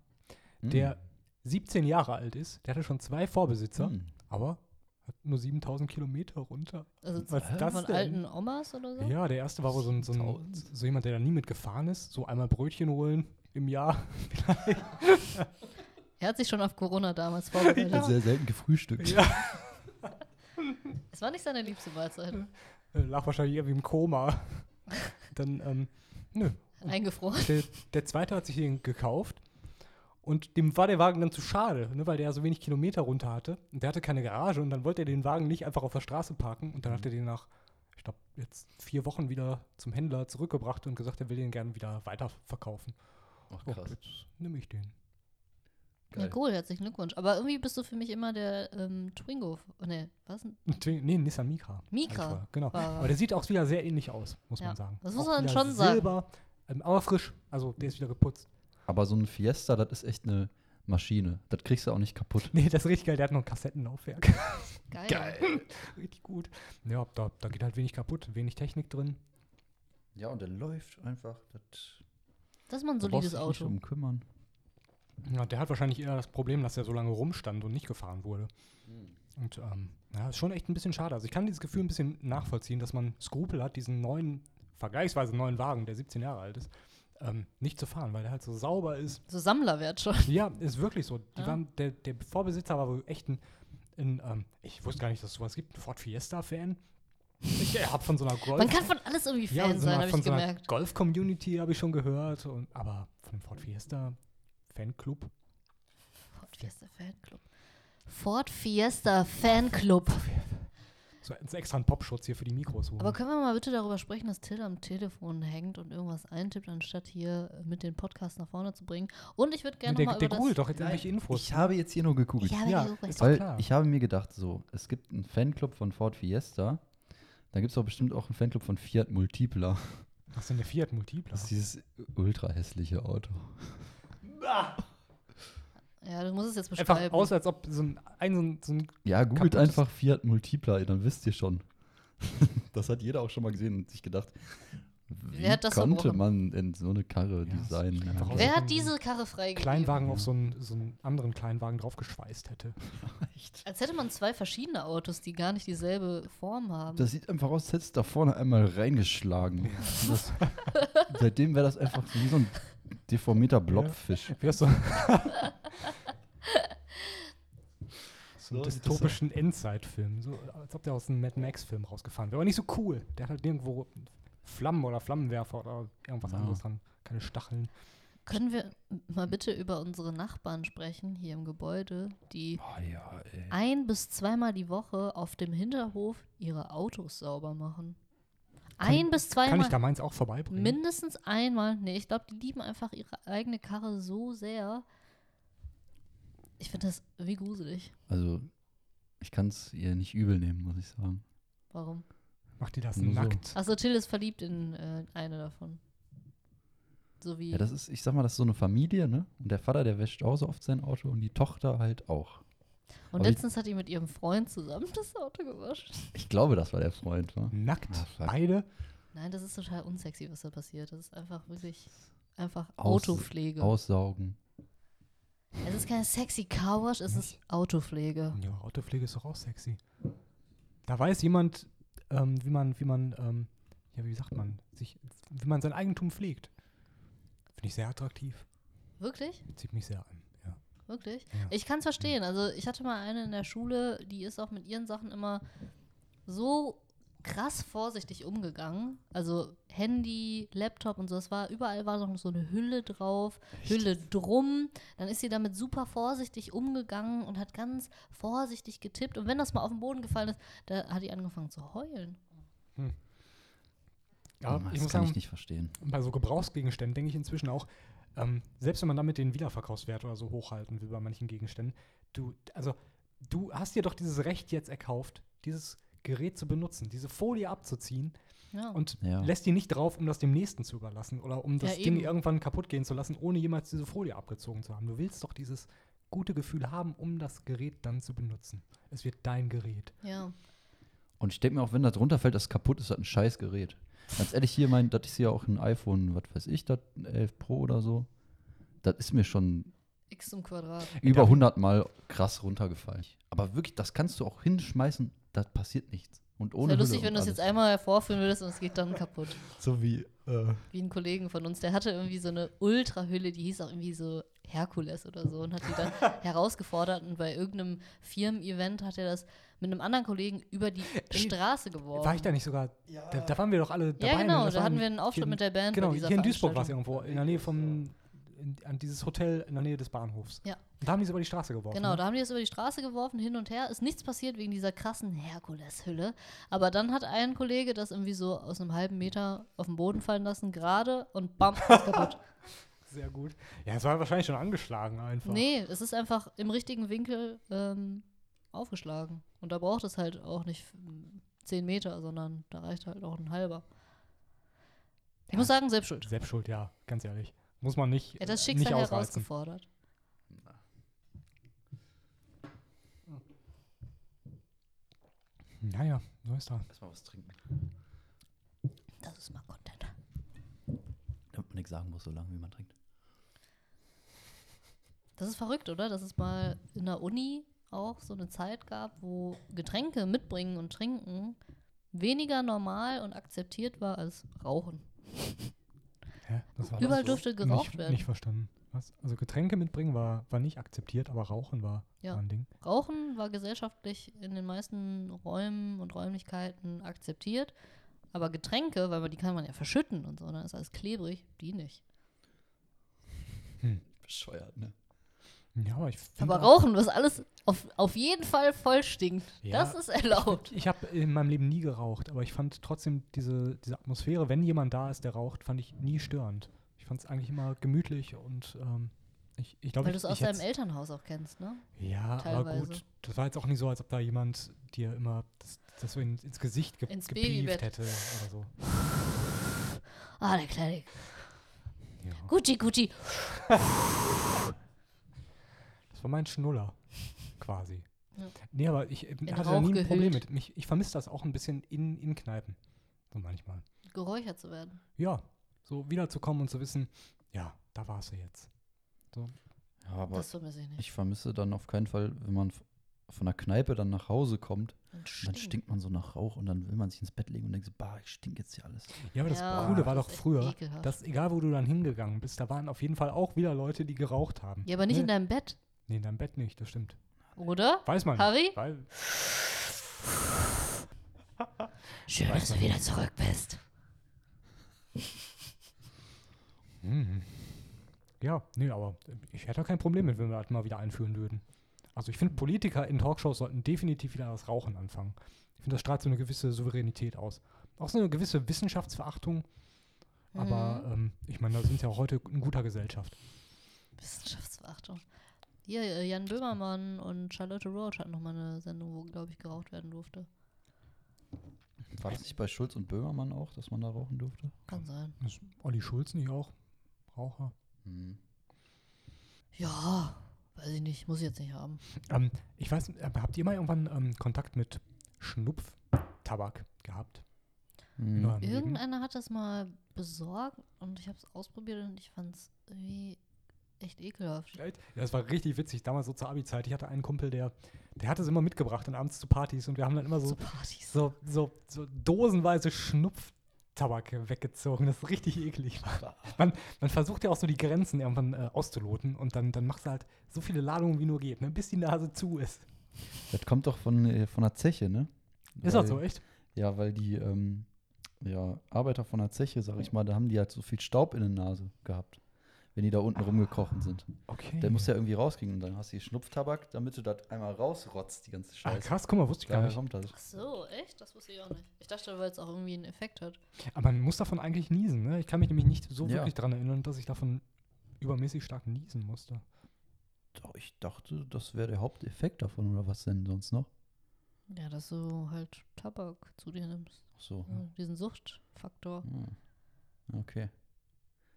Mm.
Hm.
der 17 Jahre alt ist, der hatte schon zwei Vorbesitzer,
Mm.
Hm.
aber hat nur 7000 Kilometer runter.
Also
Was ist das
von
denn?
alten Omas oder so?
Ja, der erste war wohl so, ein, so, ein,
7000.
so jemand, der da nie mitgefahren ist, so einmal Brötchen holen im Jahr.
Er hat sich schon auf Corona damals vorbereitet.
Hat sehr selten gefrühstückt.
Ja.
Es war nicht seine liebste Mahlzeit.
Äh, Lag wahrscheinlich irgendwie im Koma. Dann, ähm, nö,
Eingefroren.
der, der zweite hat sich den gekauft Und dem war der Wagen dann zu schade, ne, weil der ja so wenig Kilometer runter hatte. Und der hatte keine Garage und dann wollte er den Wagen nicht einfach auf der Straße parken. Und dann
Mhm.
hat er den nach, ich glaube, jetzt vier Wochen wieder zum Händler zurückgebracht und gesagt, er will den gerne wieder weiterverkaufen.
Ach,
Oh,
krass.
jetzt nehme ich den.
Na
Geil.
cool, herzlichen Glückwunsch. Aber irgendwie bist du für mich immer der ähm, Twingo. Ne, was? denn?
Ein Twin- Nee, ein Nissan Micra.
Micra.
Alter, Genau.
War-
Aber der sieht auch wieder sehr ähnlich aus, muss
Ja,
man sagen.
das muss
auch
man
wieder
schon sagen.
Silber, ähm, aber frisch. Also der ist wieder geputzt.
Aber so ein Fiesta, das ist echt eine Maschine. Das kriegst du auch nicht kaputt.
Nee, das ist richtig geil. Der hat noch ein Kassettenlaufwerk.
Geil.
richtig gut. Ja, da, da geht halt wenig kaputt, wenig Technik drin.
Ja, und der läuft einfach. Das
Das ist mal ein
da brauchst
solides
du dich nicht
Auto.
um kümmern.
Ja, der hat wahrscheinlich eher das Problem, dass er so lange rumstand und nicht gefahren wurde.
Hm.
Und ähm, ja, ist schon echt ein bisschen schade. Also ich kann dieses Gefühl ein bisschen nachvollziehen, dass man Skrupel hat, diesen neuen, vergleichsweise neuen Wagen, der 17 Jahre alt ist, ähm, nicht zu fahren, weil der halt so sauber ist.
So Sammlerwert schon.
Ja, ist wirklich so. Die
Ja.
waren, der, der Vorbesitzer war wohl echt ein, ein ähm, ich wusste gar nicht, dass es sowas gibt, ein Ford Fiesta-Fan. Ich äh, hab von so einer Golf...
Man kann von alles irgendwie Fan
so
sein,
einer-
habe
also von
ich
so einer
gemerkt.
Golf-Community habe ich schon gehört, und, aber von dem Ford Fiesta-Fanclub
Ford Fiesta Fanclub. Ford Fiesta Fanclub.
So jetzt extra einen Popschutz hier für die Mikros holen.
Aber können wir mal bitte darüber sprechen, dass Till am Telefon hängt und irgendwas eintippt, anstatt hier äh, mit den Podcast nach vorne zu bringen? Und ich würde gerne
der
nochmal
der
über
googelt
das...
doch jetzt irgendwelche Infos.
Ich habe jetzt hier nur gegoogelt.
Ich habe
Ja,
gegoogelt.
ist doch
Weil
klar.
ich habe mir gedacht, so, es gibt einen Fanclub von Ford Fiesta. Da gibt es auch bestimmt auch einen Fanclub von Fiat Multipla.
Was ist denn der Fiat Multipla?
Das ist dieses ultra hässliche Auto.
Ja, du musst es jetzt
Einfach
beschreiben.
aus, als ob so ein, ein, so ein, so ein
Ja, googelt
Kaputtes-
einfach Fiat Multipla, dann wisst ihr schon. das hat jeder auch schon mal gesehen und sich gedacht, wie
Wer hat das
konnte
verbrochen?
man in so eine Karre
Ja,
designen? Also
das ist einfach
Wer hat diese Karre freigegeben?
Kleinwagen auf so einen, so einen anderen Kleinwagen draufgeschweißt hätte.
Als hätte man zwei verschiedene Autos, die gar nicht dieselbe Form haben.
Das sieht einfach aus, als hättest du da vorne einmal reingeschlagen. Das, seitdem wäre das einfach wie so ein deformierter Blobfisch.
Wäre so, so einen
So sieht das
dystopischen Endzeit-Film. So, als ob der aus einem Mad Max-Film rausgefahren wäre. Aber nicht so cool. Der hat halt nirgendwo Flammen oder Flammenwerfer oder irgendwas
Ja.
anderes dran. Keine Stacheln.
Können wir mal bitte über unsere Nachbarn sprechen, hier im Gebäude, die
Oh ja, ey.
ein- bis zweimal die Woche auf dem Hinterhof ihre Autos sauber machen? Ein- bis
Kann ich da
zweimal,
meins auch vorbeibringen?
mindestens einmal. Nee, ich glaube, die lieben einfach ihre eigene Karre so sehr. Ich finde das wie gruselig.
Also, ich kann es ihr nicht übel nehmen, muss ich sagen.
Warum?
Macht die das
Nur so.
nackt?
Achso, Till ist verliebt in äh, eine davon. So wie.
Ja, das ist, ich sag mal, das ist so eine Familie, ne? Und der Vater, der wäscht auch so oft sein Auto und die Tochter halt auch. Aber
Und
ich-
letztens hat die mit ihrem Freund zusammen das Auto gewaschen.
Ich glaube, das war der Freund, wa?
Nackt?
Ah, fuck.
Beide?
Nein, das ist total unsexy, was da passiert. Das ist einfach wirklich einfach
Aus-
Autopflege.
Aussaugen.
Es ist keine sexy Carwash, es ist Autopflege.
Ja, Autopflege ist doch auch sexy. Da weiß jemand, ähm, wie man, wie man, ähm, ja, wie sagt man, sich, wie man sein Eigentum pflegt. Finde ich sehr attraktiv.
Wirklich?
Zieht mich sehr an. Ja.
Wirklich?
Ja.
Ich kann es verstehen. Also ich hatte mal eine in der Schule, die ist auch mit ihren Sachen immer so krass vorsichtig umgegangen. Also Handy, Laptop und so, das war überall war noch so eine Hülle drauf, Hülle drum. Dann ist sie damit super vorsichtig umgegangen und hat ganz vorsichtig getippt. Und wenn das mal auf den Boden gefallen ist, da hat die angefangen zu heulen.
Ja,
Ah, Hm, das
ich muss
kann
sagen,
ich nicht verstehen.
bei so Gebrauchsgegenständen denke ich inzwischen auch, ähm, selbst wenn man damit den Wiederverkaufswert oder so hochhalten will bei manchen Gegenständen, du, also du hast dir doch dieses Recht jetzt erkauft, dieses Gerät zu benutzen, diese Folie abzuziehen
Ja.
und
Ja.
lässt die nicht drauf, um das dem Nächsten zu überlassen oder um das
Ja,
Ding
eben.
irgendwann kaputt gehen zu lassen, ohne jemals diese Folie abgezogen zu haben. Du willst doch dieses gute Gefühl haben, um das Gerät dann zu benutzen. Es wird dein Gerät.
ja.
Und ich denke mir auch, wenn das runterfällt, das kaputt ist, das ein scheiß Gerät. Ganz ehrlich, hier mein, das ist ja auch ein iPhone, was weiß ich, das 11 Pro oder so. Das ist mir schon
X zum Quadrat.
über 100 Mal krass runtergefallen. Aber wirklich, das kannst du auch hinschmeißen, das passiert nichts. Und ohne
Wäre lustig,
Hülle
wenn
und
du es jetzt
alles.
einmal hervorführen würdest und es geht dann kaputt.
So wie, äh,
Wie ein Kollegen von uns, der hatte irgendwie so eine Ultrahülle, die hieß auch irgendwie so Herkules oder so und hat die dann herausgefordert und bei irgendeinem Firmen-Event hat er das mit einem anderen Kollegen über die Straße geworfen.
Äh, War ich da nicht sogar? Da, da waren wir doch alle dabei.
ja, genau,
ne? Das
da
war
hatten
in-
wir einen Auftritt
hier in-
mit der Band.
Genau,
bei dieser
hier in Duisburg war es
Veranstaltung.
irgendwo, in der Nähe vom in, an dieses Hotel in der Nähe des Bahnhofs.
Ja.
Und da haben die es über die Straße geworfen.
Genau,
ne?
da haben die das über die Straße geworfen, hin und her. Ist nichts passiert wegen dieser krassen Herkuleshülle. Aber dann hat ein Kollege das irgendwie so aus einem halben Meter auf den Boden fallen lassen, gerade und bam, ist kaputt.
Sehr gut. Ja, es war wahrscheinlich schon angeschlagen einfach.
Nee, es ist einfach im richtigen Winkel ähm, aufgeschlagen. Und da braucht es halt auch nicht ähm, 10 Meter, sondern da reicht halt auch ein halber. Ich muss sagen, selbst schuld.
Selbst schuld, ja, ganz ehrlich. Muss man nicht.
Er hat das
äh,
Schicksal
nicht ausreizen.
herausgefordert.
Naja, so ist da.
Erstmal was trinken.
Das ist mal Content.
Damit man nichts sagen muss, so lange wie man trinkt.
Das ist verrückt, oder? Dass es mal in der Uni auch so eine Zeit gab, wo Getränke mitbringen und trinken weniger normal und akzeptiert war als Rauchen.
Hä? Das war
Überall
das
durfte geraucht
nicht,
werden.
Nicht verstanden. Was? Also Getränke mitbringen war, war nicht akzeptiert, aber Rauchen war,
Ja.
war ein Ding.
Rauchen war gesellschaftlich in den meisten Räumen und Räumlichkeiten akzeptiert, aber Getränke, weil man die kann man ja verschütten und so, dann ist alles klebrig, die nicht.
Bescheuert, ne?
Ja, aber ich finde
Aber
auch-
Rauchen, was alles auf, auf jeden Fall voll stinkt,
Ja.
das ist erlaubt.
Ich habe in meinem Leben nie geraucht, aber ich fand trotzdem diese, diese Atmosphäre, wenn jemand da ist, der raucht, fand ich nie störend. Ich fand es eigentlich immer gemütlich und ähm, ich, ich glaube,
Weil du
ich,
es aus
ich
deinem
hätt's-
Elternhaus auch kennst, ne?
Ja, aber
teilweise.
gut, das war jetzt auch nicht so, als ob da jemand dir immer das, das so in, ins Gesicht ge
Ins
gepieft
Babybett.
hätte oder so.
Ah, der Kleine.
Ja.
Gucci, Gucci.
Das war mein Schnuller, quasi.
Ja.
Nee, aber ich äh,
In
hatte da nie
Rauch
ein Problem
gehüllt.
mit. Mich, ich vermisse das auch ein bisschen in, in Kneipen. So manchmal.
Geräuchert zu werden.
Ja, so wiederzukommen und zu wissen, ja, da warst du jetzt.
Ja, aber
das vermisse ich nicht.
ich vermisse dann auf keinen Fall, wenn man f- von der Kneipe dann nach Hause kommt,
Und
dann
stinkt.
stinkt man so nach Rauch und dann will man sich ins Bett legen und denkt so, bah, ich stink jetzt hier alles.
Ja, aber das
Ja,
Coole war
das
doch
ist echt
früher,
ekelhaft.
dass egal wo du dann hingegangen bist, da waren auf jeden Fall auch wieder Leute, die geraucht haben.
Ja, aber nicht
nee,
in deinem Bett,
Nee, in deinem Bett nicht, das stimmt.
oder?
Weiß man
Harry?
nicht. Weil,
Schön, dass du wieder zurück bist.
Hm. Ja, nee, aber ich hätte da kein Problem mit, wenn wir das mal wieder einführen würden. Also ich finde, Politiker in Talkshows sollten definitiv wieder das Rauchen anfangen. Ich finde, das strahlt so eine gewisse Souveränität aus. Auch so eine gewisse Wissenschaftsverachtung.
Mhm.
Aber ähm, ich meine, da sind ja auch heute in guter Gesellschaft.
Wissenschaftsverachtung. Hier, äh, Jan Böhmermann und Charlotte Roach hatten nochmal eine Sendung, wo, glaube ich, geraucht werden durfte.
War das nicht bei Schulz und Böhmermann auch, dass man da rauchen durfte?
Kann sein.
Ist Olli Schulz nicht auch Raucher?
Hm.
Ja, weiß ich nicht. Muss ich jetzt nicht haben.
Ähm, ich weiß, äh, habt ihr mal irgendwann ähm, Kontakt mit Schnupftabak gehabt?
Hm.
In eurem Leben?
Irgendeiner hat das mal besorgt und ich habe es ausprobiert und ich fand es irgendwie echt ekelhaft.
Echt? Ja, das war richtig witzig, damals so zur Abi-Zeit. Ich hatte einen Kumpel, der, der hatte es immer mitgebracht und abends zu Partys und wir haben dann immer
So
so,
Partys.
so, so, so dosenweise Schnupftabak weggezogen, das ist richtig eklig war. Man, man versucht ja auch so die Grenzen irgendwann äh, auszuloten und dann, dann machst du halt so viele Ladungen, wie nur geht, ne? bis die Nase zu ist.
Das kommt doch von, äh, von der Zeche, ne?
Ist
Weil-
das so, echt?
Ja, weil die ähm, ja, Arbeiter von der Zeche, sag ich mal, da haben die halt so viel Staub in der Nase gehabt, wenn die da unten rumgekrochen sind.
Okay.
Der muss ja irgendwie rauskriegen und dann hast du hier Schnupftabak, damit du das einmal rausrotzt, die ganze
ah,
Scheiße.
krass, guck mal, wusste ich gar
Daher
nicht.
kommt das.
Ach so, echt? Das wusste ich auch nicht. Ich dachte, weil es auch irgendwie einen Effekt hat.
Aber man muss davon eigentlich niesen, ne? Ich kann mich nämlich nicht so
Ja.
wirklich daran erinnern, dass ich davon übermäßig stark niesen musste.
Doch, Ich dachte, das wäre der Haupteffekt davon oder was denn sonst noch?
Ja, dass du halt Tabak zu dir nimmst.
Ach so.
Ja, diesen Suchtfaktor.
Hm. Okay.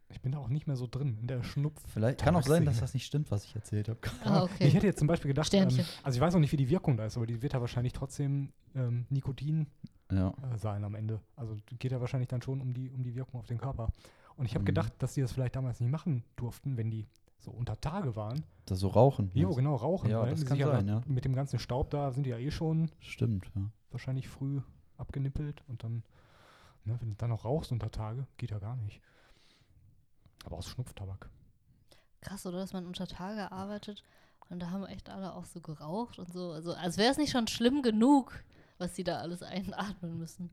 Ich bin da auch nicht mehr so drin, in der Schnupf.
Vielleicht kann auch sein, dass
Tabakszene.
das nicht stimmt, was ich erzählt habe.
Ah,
Ich
okay.
hätte jetzt zum Beispiel gedacht, ähm,
Sternchen.
also ich weiß noch nicht, wie die Wirkung da ist, aber die wird ja wahrscheinlich trotzdem ähm, Nikotin
Ja.
äh, sein am Ende. Also geht ja wahrscheinlich dann schon um die, um die Wirkung auf den Körper. Und ich habe
Mhm.
gedacht, dass die das vielleicht damals nicht machen durften, wenn die so unter Tage waren.
Das so rauchen.
Jo,
meinst du?
genau, rauchen.
Ja,
weil
das
die
kann
sich
sein,
da-
ja.
Mit dem ganzen Staub da sind die ja eh schon
Stimmt, ja.
wahrscheinlich früh abgenippelt und dann, ne, wenn du dann noch rauchst unter Tage, geht ja gar nicht. Aber aus Schnupftabak.
Krass, oder? Dass man unter Tage arbeitet und da haben echt alle auch so geraucht und so. Also, als wäre es nicht schon schlimm genug, was die da alles einatmen müssen.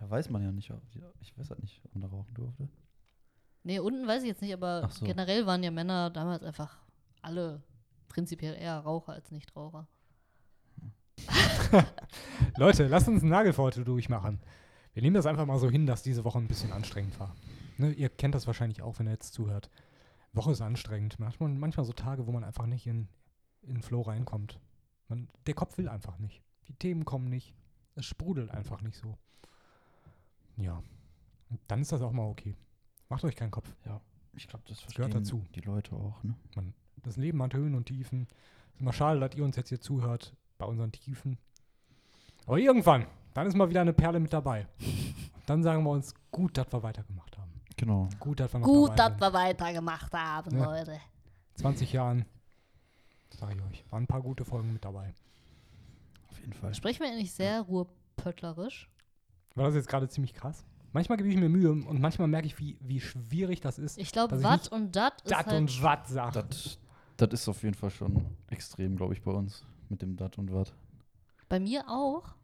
Ja, weiß man ja nicht. ob- ja, Ich weiß halt nicht, ob man da rauchen durfte.
Nee, unten weiß ich jetzt nicht, aber
Ach so.
generell waren ja Männer damals einfach alle prinzipiell eher Raucher als Nichtraucher.
Leute, lasst uns einen Nagelvorteil durchmachen. Wir nehmen das einfach mal so hin, dass diese Woche ein bisschen anstrengend war. Ne, ihr kennt das wahrscheinlich auch, wenn ihr jetzt zuhört. Woche ist anstrengend. Man hat man manchmal so Tage, wo man einfach nicht in, in den Flow reinkommt. Man, der Kopf will einfach nicht. Die Themen kommen nicht. Es sprudelt einfach nicht so. Ja. Und dann ist das auch mal okay. Macht euch keinen Kopf.
Ich glaube, das
gehört dazu.
die Leute auch. Ne?
Das Leben hat Höhen und Tiefen. Ist immer schade, dass ihr uns jetzt hier zuhört bei unseren Tiefen. Aber irgendwann, dann ist mal wieder eine Perle mit dabei. Und dann sagen wir uns, gut, dass wir weitergemacht haben.
Genau.
Gut, dass wir noch
Gut,
dabei
dass
sind.
wir weitergemacht haben,
Ja.
Leute.
20 Jahren, sage ich euch, waren ein paar gute Folgen mit dabei.
Auf jeden Fall.
Sprechen wir eigentlich sehr ruhrpöttlerisch?
War das jetzt gerade ziemlich krass? Manchmal gebe ich mir Mühe und manchmal merke ich, wie, wie schwierig das ist.
Ich glaube,
Dass Also ich nicht
wat und dat ist
Dat
halt
und wat sagt.
Das, das ist auf jeden Fall schon extrem, glaube ich, bei uns mit dem Dat und Wat.
bei mir auch.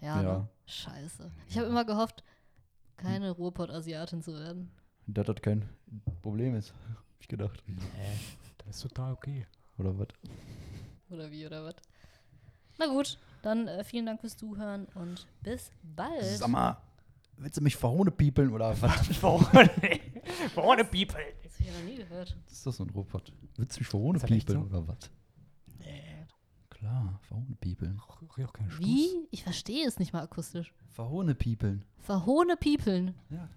Ja,
Ja.
Ne? scheiße. Ich habe immer gehofft, keine Ruhrpott-Asiatin zu werden.
Dass das kein Problem ist, habe ich gedacht.
Nee, das ist total okay.
Oder was?
Oder wie, oder was? Na gut, dann äh, vielen Dank fürs Zuhören und bis bald.
mal, willst du mich verhohne piepeln oder was?
Vorne People.
Das habe ich ja noch nie gehört.
Das ist doch so ein Robot. Willst du mich verhohne
Ist das echt
piepeln
so?
oder was?
Äh,
Nee.
Klar, verhohne piepeln.
Ich auch keinen Stoß.
Wie? Ich verstehe es nicht mal akustisch.
Verhohne piepeln.
Verhohne Piepeln.
Ja.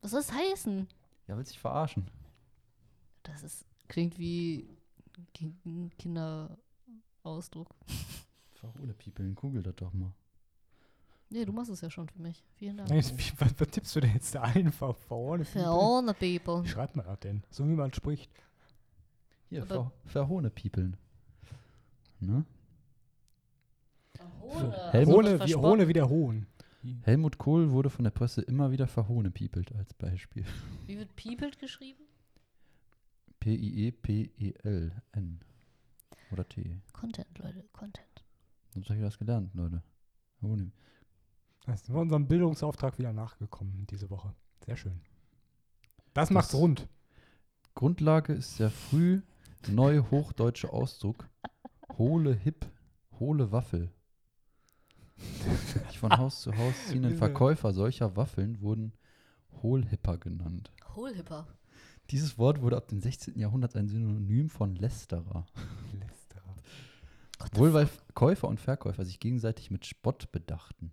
Was soll das heißen?
Ja, willst dich verarschen?
Das ist, klingt wie Ki- ein Kinderausdruck.
Verhohne piepeln, google das doch mal.
Nee, du machst es ja schon für mich. Vielen Dank.
Nein, jetzt- wie- Was, was tippst du denn jetzt da ein? Vor- Vorne People?
Verhohne People.
Wie schreibt man das denn? So wie man spricht.
Hier,
Aber-
ver verhohne piepeln. Ne?
Verhohne.
Helm-
Also
Hohne,
was
wie,
verspo-
Hohne wie der Hohn.
Helmut Kohl wurde von der Presse immer wieder verhohne piepelt als Beispiel.
Wie wird Piepelt geschrieben?
P-I-E-P-E-L-N. Oder T.
Content, Leute, Content.
Sonst hab ich was gelernt, Leute. Verhohne.
Das sind wir unserem Bildungsauftrag wieder nachgekommen diese Woche. Sehr schön. Das, macht's rund.
Grundlage ist der früh neuhochdeutsche Ausdruck hohle Hip, hohle Waffel. Die von Haus zu Haus ziehenden
Diese-
Verkäufer solcher Waffeln wurden Hohlhipper genannt.
Hohlhipper.
Dieses Wort wurde ab dem 16. Jahrhundert ein Synonym von Lästerer.
Lästerer.
Wohl weil Käufer und Verkäufer sich gegenseitig mit Spott bedachten.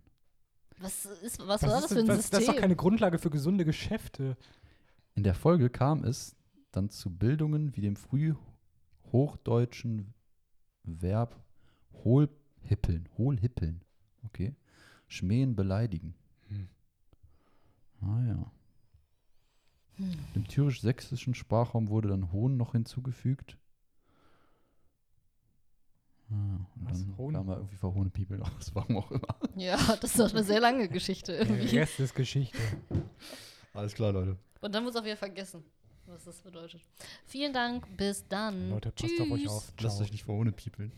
Was, ist, was
Das
war
ist-
das für ein
das,
System?
das ist doch keine Grundlage für gesunde Geschäfte.
In der Folge kam es dann zu Bildungen wie dem frühhochdeutschen Verb hohlhippeln, hohlhippeln, okay, schmähen, beleidigen.
Hm.
Ah ja.
Hm.
Im thürisch-sächsischen Sprachraum wurde dann Hohn noch hinzugefügt. Ah, und
Was?
dann
Hohn?
kam er irgendwie verhohne Bibel aus, warum auch immer.
Ja, das ist doch eine sehr lange Geschichte
Der
irgendwie.
Rest ist Geschichte.
Alles klar, Leute.
Und dann wird es auch wieder vergessen, was das bedeutet. Vielen Dank, bis dann.
Leute, passt
Mhm. Tschüss.
auf euch auf. Ciao.
Lasst euch nicht verhohne piepeln.